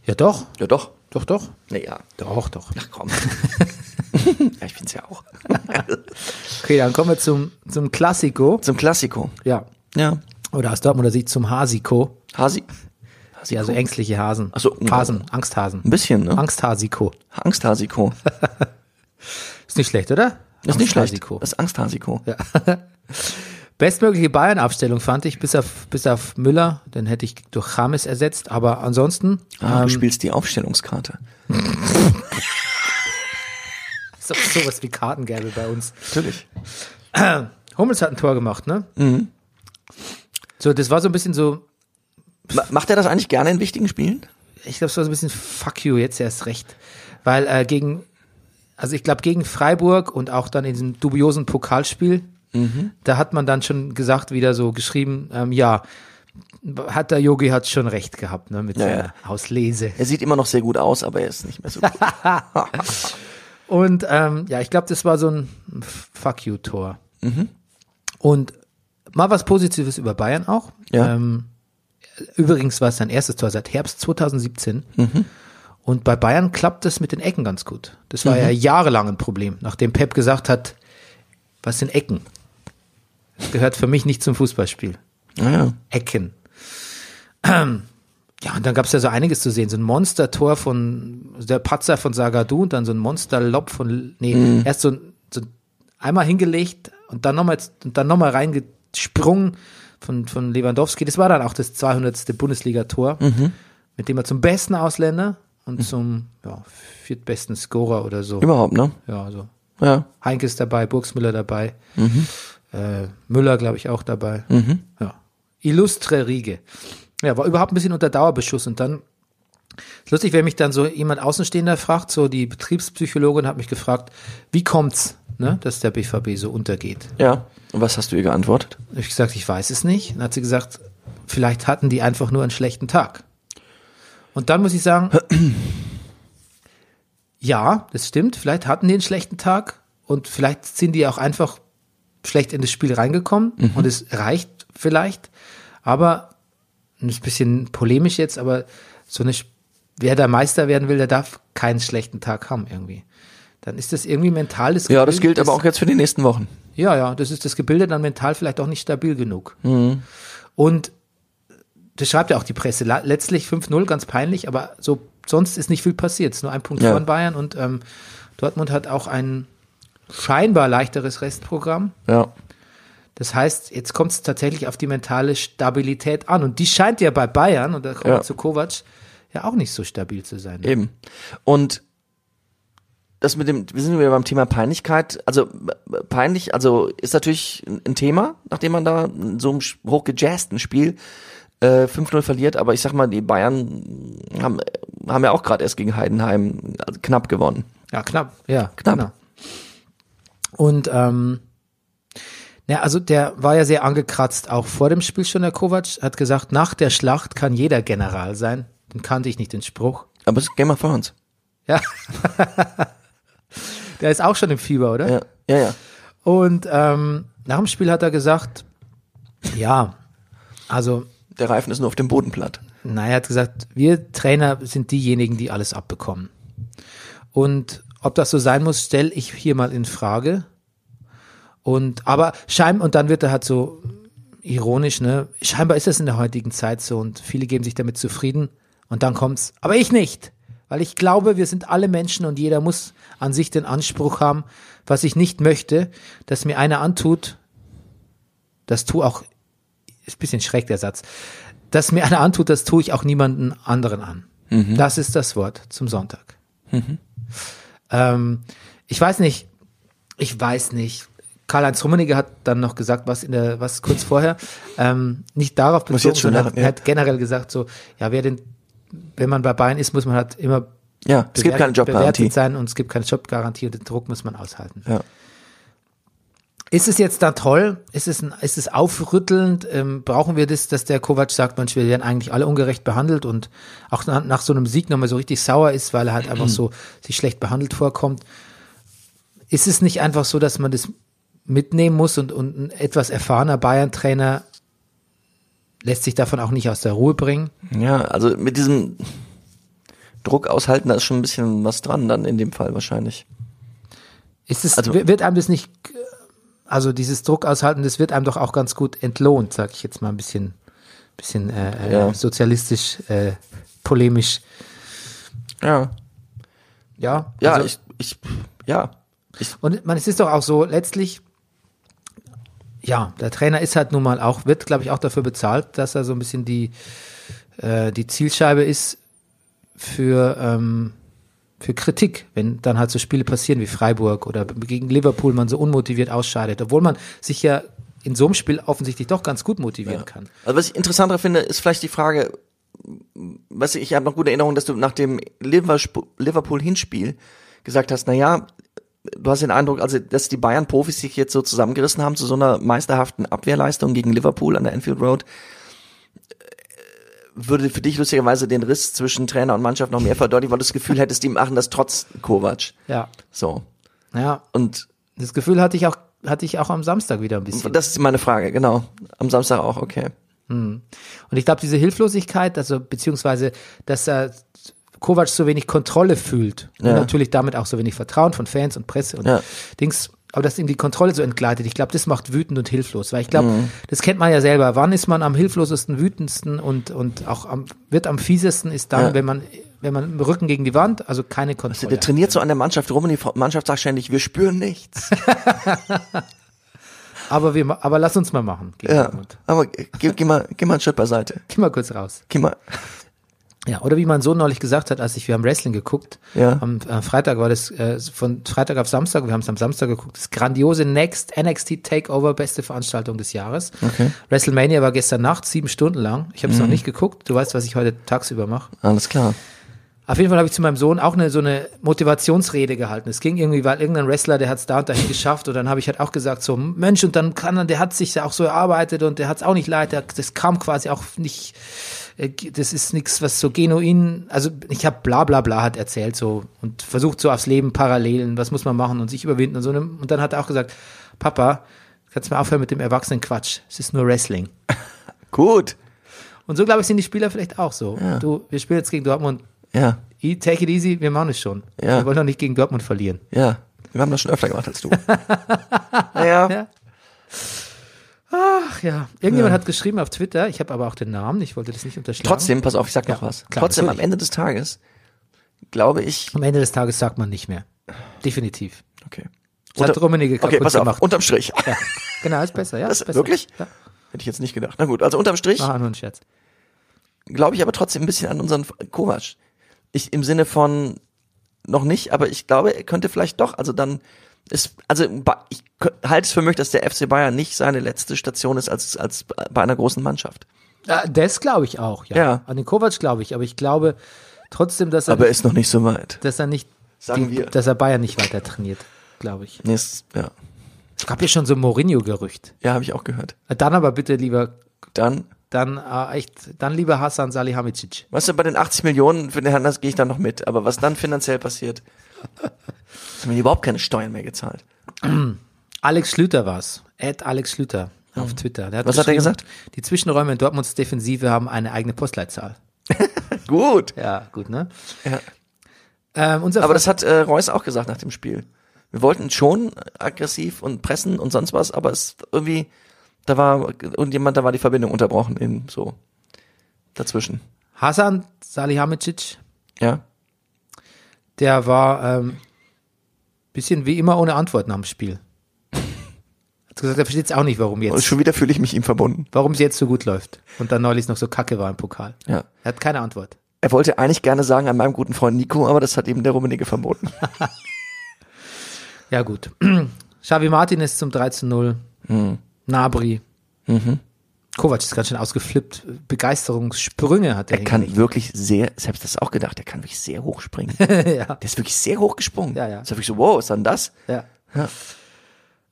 Ja, doch.
ja doch,
Doch, doch.
naja,
Doch, doch.
ach komm. ja, ich find's ja auch.
Okay, dann kommen wir zum, zum Klassiko.
Zum Klassiko.
Ja.
Ja,
Oder aus Dortmunder Sicht zum Hasiko.
Hasi,
Ja, also ängstliche Hasen.
Ach so, ja.
Hasen, Angsthasen.
ein bisschen, ne?
Angsthasiko.
Angsthasiko.
Ist nicht schlecht, oder?
Ist nicht schlecht.
Angsthasiko.
Das ist Angsthasiko.
Bestmögliche Bayern-Abstellung fand ich, bis auf, bis auf Müller, den hätte ich durch Chames ersetzt, aber ansonsten
Ah, du spielst die Aufstellungskarte.
ist doch sowas wie Kartengäbe bei uns.
Natürlich.
Hummels hat ein Tor gemacht, ne?
Mhm.
So, das war so ein bisschen so,
Ma macht er das eigentlich gerne in wichtigen Spielen?
ich glaube, es war so ein bisschen fuck you, jetzt erst recht. Weil äh, gegen, also ich glaube, gegen Freiburg und auch dann in diesem dubiosen Pokalspiel,
Mhm.
da hat man dann schon gesagt, wieder so geschrieben, ähm, ja, hat der Yogi hat schon recht gehabt, ne, mit
Ja,
seiner Auslese.
Er sieht immer noch sehr gut aus, aber er ist nicht mehr so gut.
Und ähm, ja, ich glaube, das war so ein Fuck you-Tor. Und mal was Positives über Bayern auch.
Ja.
Ähm, übrigens war es sein erstes Tor seit Herbst 2017. Und bei Bayern klappt das mit den Ecken ganz gut. Das war ja jahrelang ein Problem, nachdem Pep gesagt hat, was sind Ecken? Das gehört für mich nicht zum Fußballspiel.
Naja.
Ecken. Ja, und dann gab's ja so einiges zu sehen. So ein Monster-Tor von der Patzer von Sagadu und dann so ein Monster-Lob von, nee, erst so, ein- so ein- einmal hingelegt und dann nochmal und dann nochmal reingesprungen von, von Lewandowski. Das war dann auch das 200. Bundesliga-Tor, mit dem er zum besten Ausländer und zum ja, viertbesten Scorer oder so.
Überhaupt, ne?
Ja, so.
Ja.
Heinke ist dabei, Burgsmüller dabei, äh, Müller, glaube ich, auch dabei. Ja. Illustre Riege. Ja, war überhaupt ein bisschen unter Dauerbeschuss und dann ist lustig, wenn mich dann so jemand Außenstehender fragt, so die Betriebspsychologin hat mich gefragt, wie kommt's, ne, dass der BVB so untergeht?
Ja. Und was hast du ihr geantwortet?
Hab ich gesagt, ich weiß es nicht. Dann hat sie gesagt, vielleicht hatten die einfach nur einen schlechten Tag. Und dann muss ich sagen, Ja, das stimmt. Vielleicht hatten die einen schlechten Tag und vielleicht sind die auch einfach schlecht in das Spiel reingekommen
Mhm.
und es reicht vielleicht. Aber das ist ein bisschen polemisch jetzt, aber so eine, Sch- wer da Meister werden will, der darf keinen schlechten Tag haben irgendwie. Dann ist das irgendwie mental das
Ja, das
Gebilde
gilt aber
des-
auch jetzt für die nächsten Wochen.
ja, ja, das ist das Gebilde dann mental vielleicht auch nicht stabil genug.
Mhm.
Und das schreibt ja auch die Presse. La- Letztlich 5-0, ganz peinlich, aber so sonst ist nicht viel passiert. Es ist nur ein Punkt
Ja.
von Bayern und ähm, Dortmund hat auch ein scheinbar leichteres Restprogramm.
Ja.
Das heißt, jetzt kommt es tatsächlich auf die mentale Stabilität an. Und die scheint ja bei Bayern, und da kommen
Ja.
wir zu Kovac, ja auch nicht so stabil zu sein. ne?
Eben. Und das mit dem, wir sind wieder beim Thema Peinlichkeit. Also b- b- peinlich, also ist natürlich ein ein Thema, nachdem man da in so einem sch- hochgejazzten Spiel äh, 5-0 verliert. Aber ich sag mal, die Bayern haben, haben ja auch gerade erst gegen Heidenheim also knapp gewonnen.
Ja, knapp. Ja,
Knapp.
Genau. Und ähm, na, also der war ja sehr angekratzt, auch vor dem Spiel schon, der Kovac, hat gesagt, nach der Schlacht kann jeder General sein. Den kannte ich nicht, den Spruch.
Aber es gehen wir vor uns.
Ja. der ist auch schon im Fieber, oder?
Ja, ja, ja.
Und ähm, nach dem Spiel hat er gesagt, ja, also
Der Reifen ist nur auf dem Boden platt.
Nein, er hat gesagt, wir Trainer sind diejenigen, die alles abbekommen. Und ob das so sein muss, stelle ich hier mal in Frage. Und aber scheinbar, und dann wird er halt so ironisch, ne? Scheinbar ist das in der heutigen Zeit so und viele geben sich damit zufrieden und dann kommt's. Aber ich nicht, weil ich glaube, wir sind alle Menschen und jeder muss an sich den Anspruch haben, was ich nicht möchte, dass mir einer antut, das tu auch, ist ein bisschen schräg der Satz, dass mir einer antut, das tue ich auch niemanden anderen an.
Mhm.
Das ist das Wort zum Sonntag. Ähm, ich weiß nicht, ich weiß nicht. Karl-Heinz Rummenigge hat dann noch gesagt, was in der, was kurz vorher, ähm, nicht darauf
Muss
bezogen,
jetzt schon
sondern hat,
lachen, ja.
hat generell gesagt, so, ja, wer den, wenn man bei Bayern ist, muss man halt immer
Ja, es gibt
bewert-
keine Jobgarantie.
bewertet sein und es gibt keine Jobgarantie und den Druck muss man aushalten.
Ja.
Ist es jetzt da toll? Ist es, ein, ist es aufrüttelnd? Ähm, brauchen wir das, dass der Kovac sagt, Mensch, wir werden eigentlich alle ungerecht behandelt und auch na, nach so einem Sieg nochmal so richtig sauer ist, weil er halt einfach so sich schlecht behandelt vorkommt? Ist es nicht einfach so, dass man das mitnehmen muss und, und ein etwas erfahrener Bayern-Trainer lässt sich davon auch nicht aus der Ruhe bringen?
Ja, also mit diesem Druck aushalten, da ist schon ein bisschen was dran dann in dem Fall wahrscheinlich.
Ist es,
Also-
wird einem das nicht, also dieses Druck aushalten, das wird einem doch auch ganz gut entlohnt, sag ich jetzt mal ein bisschen, bisschen äh, äh,
Ja.
sozialistisch, äh, polemisch.
Ja.
Ja,
Ja,
also,
ich, ich, ja. Ich,
und man, es ist doch auch so, letztlich, ja, der Trainer ist halt nun mal auch, wird glaube ich auch dafür bezahlt, dass er so ein bisschen die, äh, die Zielscheibe ist für, ähm, für Kritik, wenn dann halt so Spiele passieren wie Freiburg oder gegen Liverpool man so unmotiviert ausscheidet, obwohl man sich ja in so einem Spiel offensichtlich doch ganz gut motivieren kann.
Also was ich interessanter finde, ist vielleicht die Frage, was ich, ich habe noch gute Erinnerung, dass du nach dem Liversp- Liverpool-Hinspiel gesagt hast, na ja, du hast den Eindruck, also dass die Bayern-Profis sich jetzt so zusammengerissen haben zu so einer meisterhaften Abwehrleistung gegen Liverpool an der Anfield Road, würde für dich lustigerweise den Riss zwischen Trainer und Mannschaft noch mehr verdeutlichen, weil du das Gefühl hättest, die machen das trotz Kovac.
Ja,
So.
ja,
Und
das Gefühl hatte ich auch, hatte ich auch am Samstag wieder ein bisschen.
das ist meine Frage, genau. Am Samstag auch, okay.
Und ich glaube, diese Hilflosigkeit, also beziehungsweise, dass er Kovac so wenig Kontrolle fühlt
Ja.
und natürlich damit auch so wenig Vertrauen von Fans und Presse und
Ja.
Dings, aber dass ihm die Kontrolle so entgleitet, ich glaube, das macht wütend und hilflos, weil ich glaube,
Mhm.
das kennt man ja selber. Wann ist man am hilflosesten, wütendsten und, und auch am, wird am fiesesten ist dann,
Ja.
wenn man, wenn man mit dem Rücken gegen die Wand, also keine
Der
Kontrolle.
der trainiert so an der Mannschaft rum und die Mannschaft sagt ständig, wir spüren nichts.
aber wir, ma- aber lass uns mal machen. Gegen
Ja,
Dortmund.
aber geh, geh, mal, geh mal einen Schritt beiseite.
Geh mal kurz raus.
Geh mal.
Ja, oder wie mein Sohn neulich gesagt hat, als ich, wir haben Wrestling geguckt,
Ja.
am äh, Freitag war das, äh, von Freitag auf Samstag, wir haben es am Samstag geguckt, das grandiose Next NXT Takeover, beste Veranstaltung des Jahres. Okay. WrestleMania war gestern Nacht, sieben Stunden lang. Ich habe es noch nicht geguckt, du weißt, was ich heute tagsüber mache.
Alles klar.
Auf jeden Fall habe ich zu meinem Sohn auch eine, so eine Motivationsrede gehalten. Es ging irgendwie, weil irgendein Wrestler, der hat es da und dahin geschafft und dann habe ich halt auch gesagt, so Mensch, und dann kann er, der hat sich ja auch so erarbeitet und der hat es auch nicht leid, der, das kam quasi auch nicht äh, das ist nichts, was so genuin, also ich habe bla bla bla hat erzählt so und versucht so aufs Leben Parallelen, was muss man machen und sich überwinden und so. Und dann hat er auch gesagt, Papa, kannst du mal aufhören mit dem Erwachsenenquatsch, es ist nur Wrestling.
Gut.
Und so, glaube ich, sind die Spieler vielleicht auch so. Du, wir spielen jetzt gegen Dortmund,
Ja,
I- take it easy, wir machen es schon.
Ja.
Wir wollen doch nicht gegen Dortmund verlieren.
ja. Wir haben das schon öfter gemacht als du. naja.
Ja. Ach ja, irgendjemand hat geschrieben auf Twitter, ich habe aber auch den Namen, ich wollte das nicht unterschlagen.
Trotzdem, pass auf, ich sag noch
Ja,
was.
klar,
Trotzdem,
natürlich.
am Ende des Tages, glaube ich.
Am Ende des Tages sagt man nicht mehr. Definitiv.
Okay.
Das hat Rummenigge
okay,
kaputt
pass auf,
gemacht.
unterm Strich.
Genau, ist besser, ja.
Das-
ist besser.
wirklich?
Ja,
Hätte ich jetzt nicht gedacht. Na gut, also unterm Strich
war nur ein Scherz.
glaube ich aber trotzdem ein bisschen an unseren Kovac. Ich im Sinne von noch nicht, aber ich glaube, er könnte vielleicht doch, also dann ist, also ba- ich kö- halte es für möglich, dass der FC Bayern nicht seine letzte Station ist als, als bei einer großen Mannschaft.
Ah, Das glaube ich auch, ja.
Ja.
An den Kovac glaube ich, aber ich glaube trotzdem, dass er,
Aber er ist noch nicht so weit.
dass er nicht,
Sagen wir.
dass er Bayern nicht weiter trainiert, glaube ich.
Nee, ist, ja,
Es gab ja schon so ein Mourinho-Gerücht.
ja habe ich auch gehört.
Dann aber bitte lieber,
Dann,
dann äh, echt, dann lieber Hassan Salihamidzic.
weißt du, bei den 80 Millionen für den Hernandez gehe ich dann noch mit, aber was dann finanziell passiert, haben wir überhaupt keine Steuern mehr gezahlt.
Alex Schlüter war's. Ed Alex Schlüter auf Twitter. Der
Hm. Was hat er
geschrieben,
gesagt?
Die Zwischenräume in Dortmunds Defensive haben eine eigene Postleitzahl.
Gut.
Ja, gut, ne?
Ja.
Ähm, unser
Aber
Freund-
das hat äh, Reus auch gesagt nach dem Spiel. Wir wollten schon aggressiv und pressen und sonst was, aber es irgendwie, da war irgendjemand, da war die Verbindung unterbrochen, eben so dazwischen.
Hasan Salihamidzic,
Ja.
der war ähm, bisschen wie immer ohne Antwort nach dem Spiel. Hat gesagt, er versteht auch nicht, warum
Und
jetzt,
schon wieder fühle ich mich ihm verbunden.
warum es jetzt so gut läuft und dann neulich noch so kacke war im Pokal.
Ja.
Er hat keine Antwort.
Er wollte eigentlich gerne sagen an meinem guten Freund Nico, aber das hat eben der Rummenigge verboten.
Ja, gut. Xavi Martinez zum 3 zu 0.
Hm.
Nabri.
Mhm.
Kovac ist ganz schön ausgeflippt. Begeisterungssprünge hat er.
Er kann wirklich sehr, ich habe das auch gedacht, er kann wirklich sehr hoch springen.
hingelegt. ja.
Der ist wirklich sehr hoch gesprungen.
Ja, ja.
Das habe ich so, wow, was ist dann das?
Ja.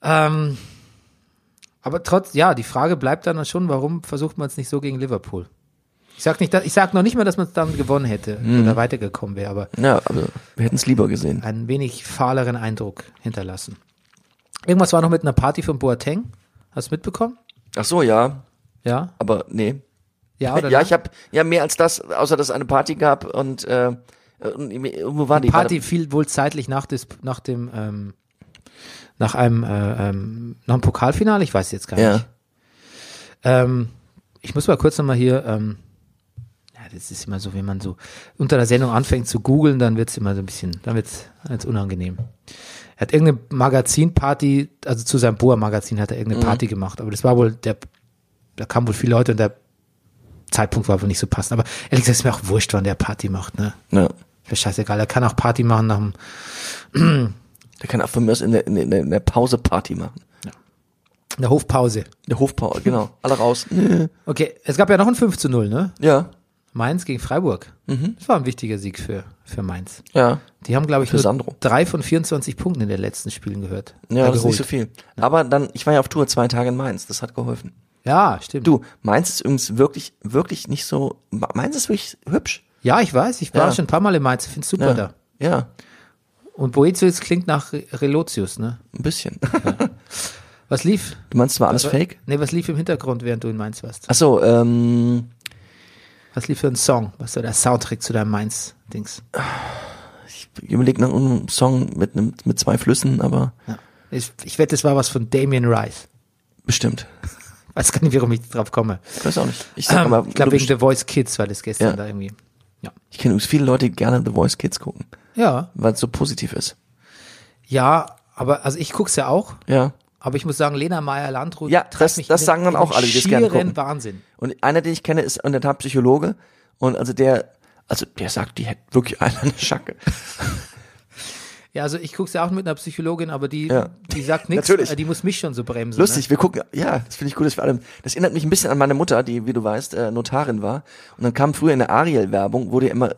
Ähm, aber trotz, ja, die Frage bleibt dann schon, warum versucht man es nicht so gegen Liverpool? Ich sag nicht, dass- ich sag noch nicht mal, dass man es dann gewonnen hätte
Mhm.
oder weitergekommen wäre, aber
Ja, also wir hätten es lieber gesehen.
einen wenig fahleren Eindruck hinterlassen. Irgendwas war noch mit einer Party von Boateng. Hast du mitbekommen?
Ach so, ja,
Ja?
aber nee,
Ja,
Ja,
oder?
ich habe ja mehr als das, außer dass es eine Party gab und äh, und irgendwo war die
Party fiel wohl zeitlich nach, des, nach dem, ähm, nach einem, äh, ähm, nach dem Pokalfinale, ich weiß jetzt gar
War da-
nicht.
Ja,
Ähm, ich muss mal kurz nochmal hier, ähm, ja, das ist immer so, wenn man so unter der Sendung anfängt zu googeln, dann wird's immer so ein bisschen, dann wird's wird's unangenehm. Er hat irgendeine Magazinparty, also zu seinem Boa-Magazin hat er irgendeine Party gemacht, aber das war wohl der, da kamen wohl viele Leute und der Zeitpunkt war wohl nicht so passend. Aber ehrlich gesagt ist mir auch wurscht, wann der Party macht, ne?
ja.
Ist mir scheißegal, er kann auch Party machen nach dem,
Der kann auch von mir aus in der, in, der, in der Pause Party machen.
in der Hofpause.
In der Hofpause, genau. Alle raus.
Okay, es gab ja noch ein 5 zu 0, ne?
Ja,
Mainz gegen Freiburg. Das war ein wichtiger Sieg für, für Mainz.
ja.
Die haben, glaube ich,
Mhm. Für
nur
Sandro.
drei von 24 Punkten in den letzten Spielen gehört.
Ja,
äh,
das ist
geholt.
nicht so viel. Aber dann, ich war ja auf Tour zwei Tage in Mainz, das hat geholfen.
Ja, stimmt.
Du, Mainz ist übrigens wirklich, wirklich nicht so. Mainz ist wirklich hübsch.
Ja, ich weiß, ich war
Ja.
schon ein paar Mal in Mainz, ich finde super da.
ja
Und Boetius klingt nach Re- Relotius, ne?
ein bisschen.
Was lief?
Du meinst, es war alles fake?
Nee, was lief im Hintergrund, während du in Mainz warst?
Ach so, ähm,
Was lief für ein Song? Was war der Soundtrack zu deinem Mainz-Dings?
ich überlege nach einem Song mit, einem, mit zwei Flüssen, aber
Ja. Ich, ich wette, es war was von Damien Rice.
bestimmt.
Weiß gar nicht, warum ich drauf komme.
Ich weiß auch nicht. Ich sag aber,
Ähm, ich glaube,
du
wegen The Voice Kids war das gestern
Ja.
da irgendwie. Ja.
Ich kenne übrigens viele Leute, die gerne The Voice Kids gucken,
Ja,
weil es so positiv ist.
ja, aber also ich guck's ja auch.
Ja.
Aber ich muss sagen, Lena Meyer-Landrut
Ja,
treibt
das-
mich
das
in
sagen dann
den- in
auch alle, die das
schieren
gerne gucken.
Wahnsinn.
Und einer, den ich kenne, ist in der Tat Psychologe. Und also der, also der sagt, die hätten wirklich einen an der Schacke.
Also, Ja, also ich guck's ja auch mit einer Psychologin, aber die,
Ja.
die sagt nichts. äh,
Natürlich.
Die muss mich schon so bremsen. ne?
Lustig, wir gucken, ja, das finde ich gut, dass wir alle, das erinnert mich ein bisschen an meine Mutter, die, wie du weißt, äh, Notarin war. Und dann kam früher in der Ariel-Werbung, wurde ja immer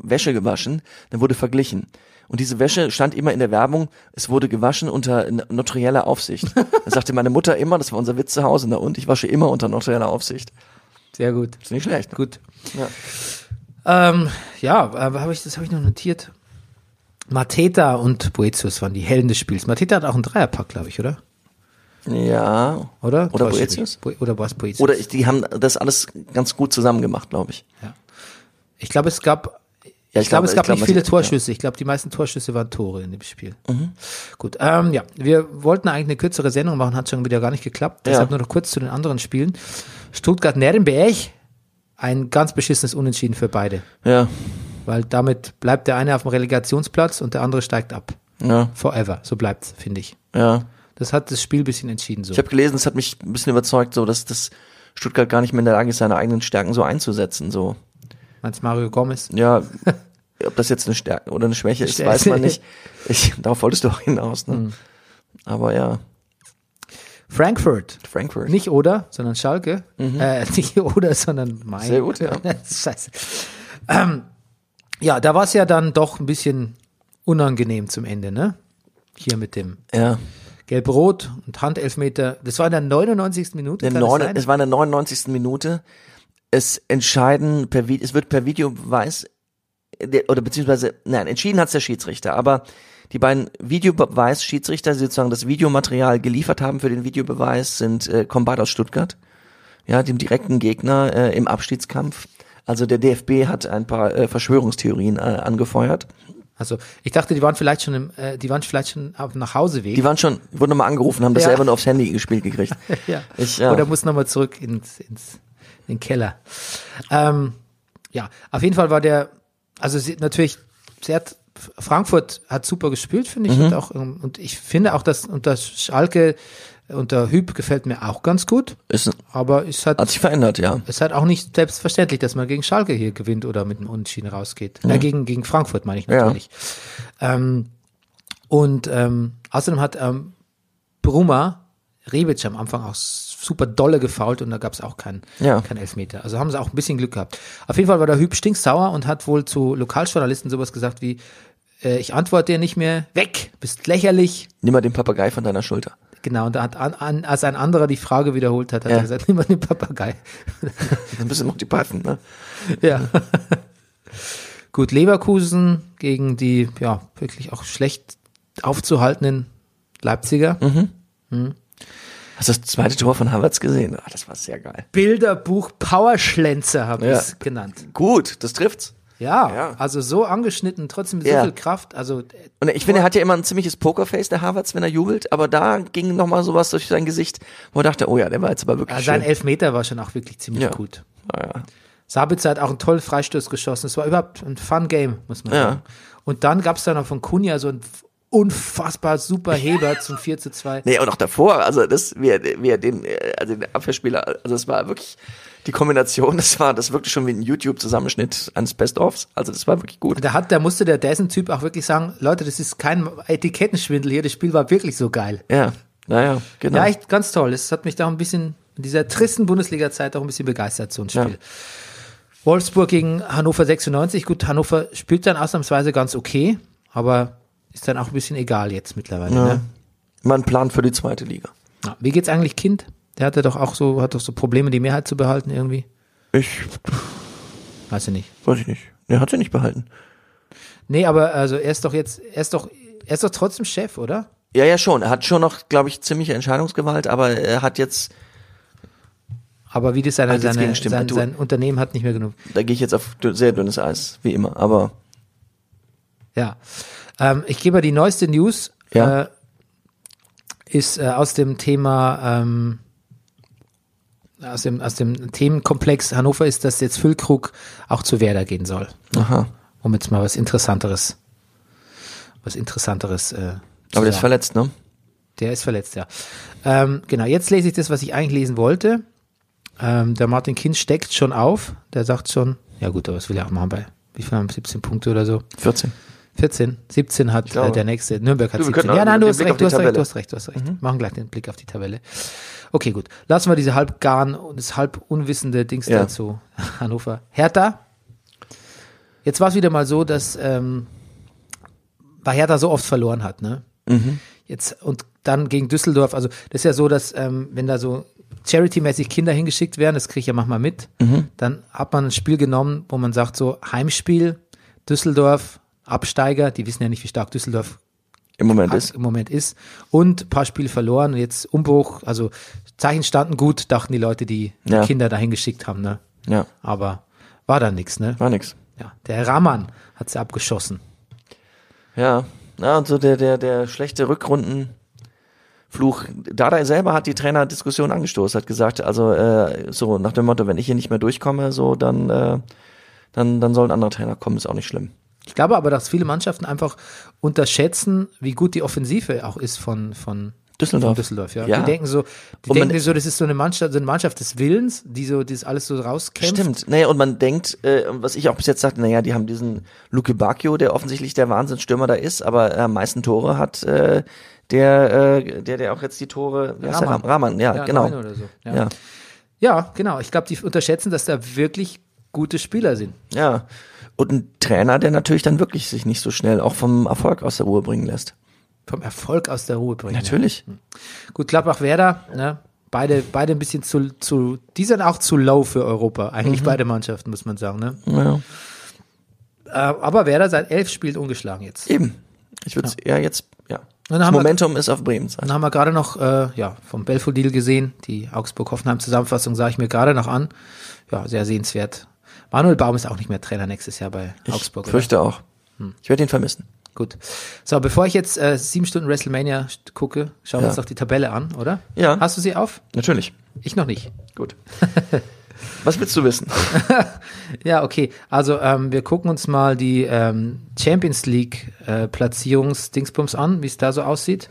Wäsche gewaschen, dann wurde verglichen. Und diese Wäsche stand immer in der Werbung, es wurde gewaschen unter n- notarieller Aufsicht. Das sagte meine Mutter immer, das war unser Witz zu Hause, na und, ich wasche immer unter notarieller Aufsicht.
Sehr gut.
Ist nicht schlecht.
Gut.
Ja.
Ähm, ja, aber habe ich, das habe ich noch notiert. Mateta und Boetius waren die Helden des Spiels. Mateta hat auch einen Dreierpack, glaube ich, oder?
Ja.
Oder?
Oder
Täusche ich mich.
Boetius?
Bo oder was Boetius?
Oder ich, die haben das alles ganz gut zusammen gemacht, glaube ich.
ich glaube, es gab,
Ja, Mhm.
ich glaube, es gab
ich
nicht viele
Mateta-
Torschüsse. Ich glaube, die meisten Torschüsse waren Tore in dem Spiel. Gut, ähm, ja, wir wollten eigentlich eine kürzere Sendung machen, hat schon wieder gar nicht geklappt. Deshalb nur noch kurz zu den anderen Spielen. Stuttgart-Nürnberg, ein ganz beschissenes Unentschieden für beide.
Ja.
Weil damit bleibt der eine auf dem Relegationsplatz und der andere steigt ab.
Ja.
Forever. So bleibt's, finde ich.
Ja. ja.
Das hat das Spiel ein bisschen entschieden so.
Ich habe gelesen, es hat mich ein bisschen überzeugt, so dass das Stuttgart gar nicht mehr in der Lage ist, seine eigenen Stärken so einzusetzen. So,
Meinst Mario Gomez?
ja, ob das jetzt eine Stärke oder eine Schwäche ist,
Stärke.
weiß man nicht. Ich, darauf wolltest du auch hinaus.
Hm.
Ne? Aber ja,
Frankfurt.
Frankfurt.
Nicht oder, sondern Schalke. Äh, nicht oder, sondern Mainz.
Mhm. Sehr gut, ja.
Scheiße. Ähm, ja, da war es ja dann doch ein bisschen unangenehm zum Ende, ne? Hier mit dem
ja,
Gelb-Rot und Handelfmeter. Das war in der 99. Minute.
der
kann das
neun,
sein?
es war in der 99. Minute. Es entscheiden per Vi- es wird per Videobeweis der- oder beziehungsweise nein, entschieden hat es der Schiedsrichter, aber die beiden Videobeweis-Schiedsrichter, die sozusagen das Videomaterial geliefert haben für den Videobeweis, sind äh, Kombat aus Stuttgart, ja, dem direkten Gegner äh, im Abstiegskampf. Also der DFB hat ein paar äh, Verschwörungstheorien äh, angefeuert.
also, ich dachte, die waren vielleicht schon im, äh, die waren vielleicht schon auf dem Nachhauseweg.
Die waren schon, wurden nochmal angerufen, haben das
Ja.
selber nur aufs Handy gespielt gekriegt.
ja.
Ich, ja.
Oder muss nochmal zurück ins, ins in den Keller. Ähm, ja, auf jeden Fall war der, also sie, natürlich, sie hat, Frankfurt hat super gespielt, finde ich. Und, auch, ähm, und ich finde auch, dass unter Schalke, unter Hüb gefällt mir auch ganz gut.
Ist,
Aber es hat,
hat sich verändert, ja.
es hat auch nicht selbstverständlich, dass man gegen Schalke hier gewinnt oder mit einem Unentschieden rausgeht. Äh, gegen, gegen Frankfurt meine ich
Ja.
natürlich. Ähm, und ähm, außerdem hat ähm, Bruma Rebic am Anfang auch super dolle gefault und da gab es auch keinen
Ja.
keinen Elfmeter. Also haben sie auch ein bisschen Glück gehabt. Auf jeden Fall war der Hüb stinksauer und hat wohl zu Lokaljournalisten sowas gesagt wie, äh, ich antworte dir nicht mehr, weg, bist lächerlich,
Nimm mal den Papagei von deiner Schulter.
Genau, und da hat an, an, als ein anderer die Frage wiederholt hat, hat
Ja.
er gesagt, nimm mal den Papagei.
Ein bisschen noch die Python, ne?
Ja. Gut, Leverkusen gegen die, ja, wirklich auch schlecht aufzuhaltenen Leipziger.
Mhm. Hast du das zweite Tor von Havertz gesehen? Ah, das war sehr geil.
Bilderbuch Powerschlenzer habe ich
Ja.
es genannt.
Gut, das trifft's.
Ja,
Ja.
also so angeschnitten, trotzdem mit so
Ja.
viel Kraft. Also, äh,
Und ich finde, er hat ja immer ein ziemliches Pokerface, der Havertz, wenn er jubelt, aber da ging nochmal sowas durch sein Gesicht, wo er dachte, oh ja, der war jetzt aber wirklich
sein
schön.
Elfmeter war schon auch wirklich ziemlich
Ja.
gut.
Ah,
Sabitzer hat auch einen tollen Freistoß geschossen. Es war überhaupt ein Fun Game, muss man
Ja.
sagen. Und dann gab es da noch von Kunja so einen unfassbar super Heber zum 4 zu 2.
Nee, und auch davor, also das, wie er, wie er den, äh, also den Abwehrspieler, also das war wirklich die Kombination, das war, das wirkte schon wie ein YouTube-Zusammenschnitt eines Best-Ofs, also das war wirklich gut.
Da, hat, da musste der dessen Typ auch wirklich sagen, Leute, das ist kein Etikettenschwindel hier, das Spiel war wirklich so geil.
Ja, naja, genau.
Ja, echt ganz toll. Es hat mich da auch ein bisschen in dieser tristen Bundesliga-Zeit auch ein bisschen begeistert, so ein Spiel.
Ja.
Wolfsburg gegen Hannover 96. Gut, Hannover spielt dann ausnahmsweise ganz okay, aber ist dann auch ein bisschen egal jetzt mittlerweile. Ne?
Mein Plan für die zweite Liga.
Ja, Wie geht's eigentlich Kind? Der hatte doch auch so, hat doch so Probleme, die Mehrheit zu behalten irgendwie.
Ich,
Weiß ich nicht.
weiß ich nicht. Der hat sie nicht behalten.
Nee, aber also er ist doch jetzt, er ist doch, er ist doch trotzdem Chef, oder?
Ja, ja, schon. Er hat schon noch, glaube ich, ziemliche Entscheidungsgewalt, aber er hat jetzt,
Aber wie das seine,
Hat jetzt
seine,
Gegenstimmen,
sein,
du-
sein Unternehmen hat nicht mehr genug.
da gehe ich jetzt auf dü- sehr dünnes Eis, wie immer. Aber
Ja. Ähm, ich gebe die neueste News.
Ja.
Äh, ist äh, aus dem Thema, ähm, aus, dem, aus dem Themenkomplex Hannover ist, dass jetzt Füllkrug auch zu Werder gehen soll.
Aha.
Um jetzt mal was Interessanteres, was Interessanteres. Äh, zu
Aber der ist
sagen.
verletzt, ne?
Der ist verletzt, ja. Ähm, genau, jetzt lese ich das, was ich eigentlich lesen wollte. Ähm, der Martin Kind steckt schon auf. Der sagt schon, ja gut, aber das will er auch machen bei, wie viel haben wir? 17 Punkte oder so?
14.
14, 17 hat äh,
glaube.
der nächste. Nürnberg hat
Du, wir
17.
können
Ja,
auch
nein, du
den
hast,
Blick
recht,
auf die
du hast recht,
Tabelle. Mhm.
du hast recht, du hast recht. Machen gleich den Blick auf die Tabelle. Okay, gut. Lassen wir diese halb garn und das halb unwissende Dings
Ja.
dazu. Hannover. Hertha. Jetzt war es wieder mal so, dass ähm, weil Hertha so oft verloren hat, ne? Jetzt und dann gegen Düsseldorf, also das ist ja so, dass ähm, wenn da so charitymäßig Kinder hingeschickt werden, das kriege ich ja manchmal mit, dann hat man ein Spiel genommen, wo man sagt so, Heimspiel, Düsseldorf, Absteiger, die wissen ja nicht, wie stark Düsseldorf
Im Moment
hat,
ist.
im Moment ist. Und ein paar Spiele verloren und jetzt Umbruch, also Zeichen standen gut, dachten die Leute, die die
Ja.
Kinder dahin geschickt haben, ne?
Ja,
Aber war dann nichts, ne?
war nix.
Ja, der Rahman hat sie abgeschossen.
Ja, na, und so der, der, der schlechte Rückrundenfluch. Dada selber hat die Trainerdiskussion angestoßen, hat gesagt, also äh, so nach dem Motto, wenn ich hier nicht mehr durchkomme, so dann, äh, dann, dann soll ein anderer Trainer kommen, ist auch nicht schlimm.
Ich glaube aber, dass viele Mannschaften einfach unterschätzen, wie gut die Offensive auch ist von, von
Düsseldorf.
Von Düsseldorf ja.
Ja.
Die denken so, die
Und man-
denken sich so, das ist so eine Mannschaft, so eine Mannschaft des Willens, die so, die das alles so rauskämpft.
Stimmt. Naja, und man denkt, äh, was ich auch bis jetzt sagte, naja, die haben diesen Luke Bacchio, der offensichtlich der Wahnsinnsstürmer da ist, aber äh, am meisten Tore hat äh, der, äh, der, der auch jetzt die Tore, wie heißt der?
Rahman.
Rahm- Rahman, ja,
Ja,
genau.
neun oder so, ja.
Ja. ja.
Ja, genau. Ich glaube, die unterschätzen, dass da wirklich gute Spieler sind.
Und ein Trainer, der natürlich dann wirklich sich nicht so schnell auch vom Erfolg aus der Ruhe bringen lässt.
Vom Erfolg aus der Ruhe bringen.
Natürlich.
Gut, Gladbach-Werder, ne? Beide, beide ein bisschen zu, zu, die sind auch zu low für Europa. Eigentlich beide Mannschaften, muss man sagen, ne?
Mhm. Ja.
Äh, aber Werder seit elf Spielen ungeschlagen jetzt.
Eben. Ich würde ja. jetzt, ja.
dann
Das
haben wir-
Momentum ist auf Bremen. sein.
Dann haben wir gerade noch äh, ja, vom Belfodil gesehen, die Augsburg-Hoffenheim-Zusammenfassung sah ich mir gerade noch an. Ja, sehr sehenswert. Manuel Baum ist auch nicht mehr Trainer nächstes Jahr bei
Ich
Augsburg. Oder? Hm.
fürchte auch. Ich werde ihn vermissen.
Gut. So, bevor ich jetzt äh, sieben Stunden WrestleMania st- gucke, schauen wir
Ja.
uns doch die Tabelle an, oder?
Ja.
Hast du sie auf?
Natürlich.
Ich noch nicht.
Gut. was willst du wissen?
Ja, okay. Also ähm, wir gucken uns mal die ähm, Champions League äh, Platzierungsdingsbums an, wie es da so aussieht.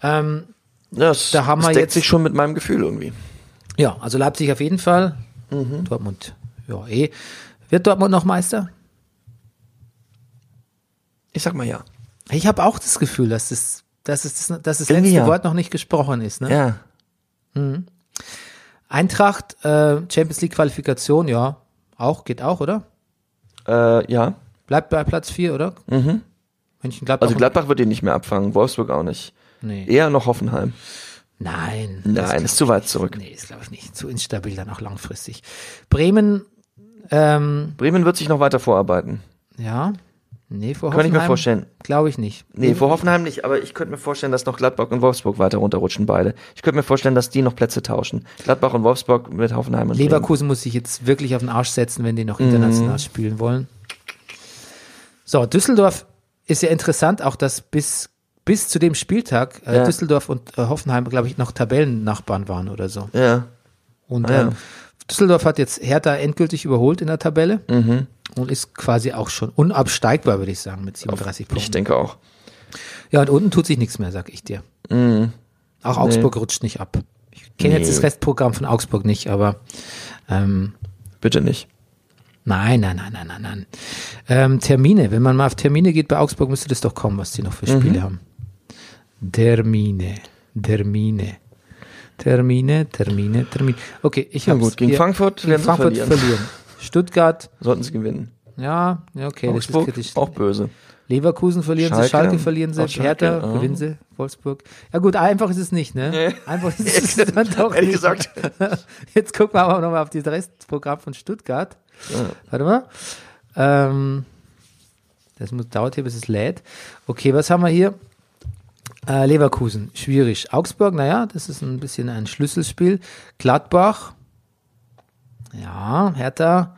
Ähm,
Das,
Da haben
das
wir
deckt
jetzt-
sich schon mit meinem Gefühl irgendwie.
Ja, also Leipzig auf jeden Fall.
Mhm.
Dortmund, ja, eh. Wird Dortmund noch Meister?
Ich sag mal ja.
Ich habe auch das Gefühl, dass das, dass es das, dass das
Irgendwie
letzte
ja.
Wort noch nicht gesprochen ist. Ne?
Ja.
Eintracht, äh, Champions League Qualifikation, ja, auch, geht auch, oder?
Äh, ja.
Bleibt bei Platz 4, oder? München Gladbach.
Mhm. Also Gladbach wird ihn nicht mehr abfangen, Wolfsburg auch nicht.
nee.
Eher noch Hoffenheim.
Nein. das
Nein, ist zu weit zurück.
Nee, ist glaube ich nicht. Zu instabil dann auch langfristig. Bremen, ähm,
Bremen wird sich noch weiter vorarbeiten.
ja. Nee, vor
Kann ich mir
Hoffenheim
vorstellen.
Glaube ich nicht.
Nee, vor Hoffenheim nicht, aber ich könnte mir vorstellen, dass noch Gladbach und Wolfsburg weiter runterrutschen beide. Ich könnte mir vorstellen, dass die noch Plätze tauschen. Gladbach und Wolfsburg mit Hoffenheim und
Leverkusen muss sich jetzt wirklich auf den Arsch setzen, wenn die noch
Mhm.
international spielen wollen. So, Düsseldorf ist ja interessant, auch dass bis, bis zu dem Spieltag äh,
Ja.
Düsseldorf und äh, Hoffenheim, glaube ich, noch Tabellennachbarn waren oder so.
Bremen. Ja.
Und
Ah, ja.
ähm, Düsseldorf hat jetzt Hertha endgültig überholt in der Tabelle
Mhm.
und ist quasi auch schon unabsteigbar, würde ich sagen, mit 37
Ich
Punkten.
denke auch.
Ja, und unten tut sich nichts mehr, sag ich dir. Auch Augsburg rutscht nicht ab. Ich kenne jetzt
Mhm. Nee.
das Restprogramm von Augsburg nicht, aber ähm,
Bitte nicht.
Nein, nein, nein, nein, nein, nein. Ähm, Termine, wenn man mal auf Termine geht bei Augsburg, müsste das doch kommen, was die noch
Mhm.
für Spiele haben. Termine, Termine, Termine, Termine, Termine. Okay, ich
Na
habe
gut, gegen Frankfurt
gegen
werden sie
Frankfurt verlieren.
verlieren.
Stuttgart,
Sollten sie gewinnen.
ja, ja, okay,
Wolfsburg
das ist kritisch.
auch böse.
Leverkusen verlieren
Schalke,
sie, Schalke verlieren sie,
auch Schalke,
Hertha
ja.
gewinnen sie, Wolfsburg. Ja gut, einfach ist es nicht, ne? Einfach ist es dann doch
Ehrlich
nicht.
gesagt.
Jetzt gucken wir aber nochmal auf das Restprogramm von Stuttgart. Warte mal. Ähm, das muss, dauert hier, bis es lädt. Okay, was haben wir hier? Äh, Leverkusen, schwierig. Augsburg, naja, das ist ein bisschen ein Schlüsselspiel. Gladbach, ja, Hertha,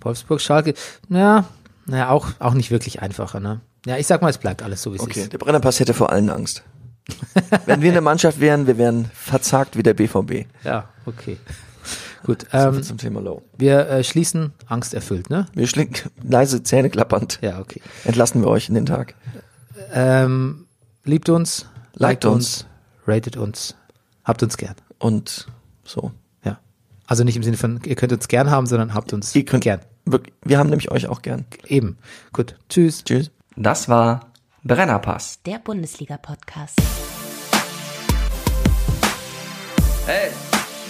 Wolfsburg, Schalke, ja, naja, auch, auch nicht wirklich einfacher, ne? Ja, ich sag mal, es bleibt alles so, wie es
Okay,
ist.
der Brennerpass hätte vor allen Angst. Wenn wir eine Mannschaft wären, wir wären verzagt wie der BVB.
Ja, okay. Gut,
So viel
ähm,
zum Thema Low.
wir äh, schließen angsterfüllt, ne?
Wir schlingen leise Zähne klappernd.
Ja, okay.
Entlassen wir euch in den Tag.
Ähm, liebt uns,
Liked uns.
ratet uns, habt uns gern.
Und so.
Ja. Also nicht im Sinne von, ihr könnt uns gern haben, sondern habt uns
Ihr könnt
gern.
Wirklich, wir haben nämlich euch auch gern.
Eben. Gut. Tschüss.
Tschüss.
Das war Brennerpass.
Der Bundesliga-Podcast.
Hey,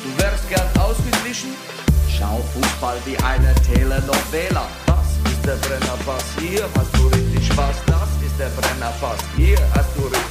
du wärst gern ausgeglichen? Schau Fußball wie eine Telenovela. Das ist der Brennerpass, hier hast du richtig Spaß. Das ist der Brennerpass, hier hast du richtig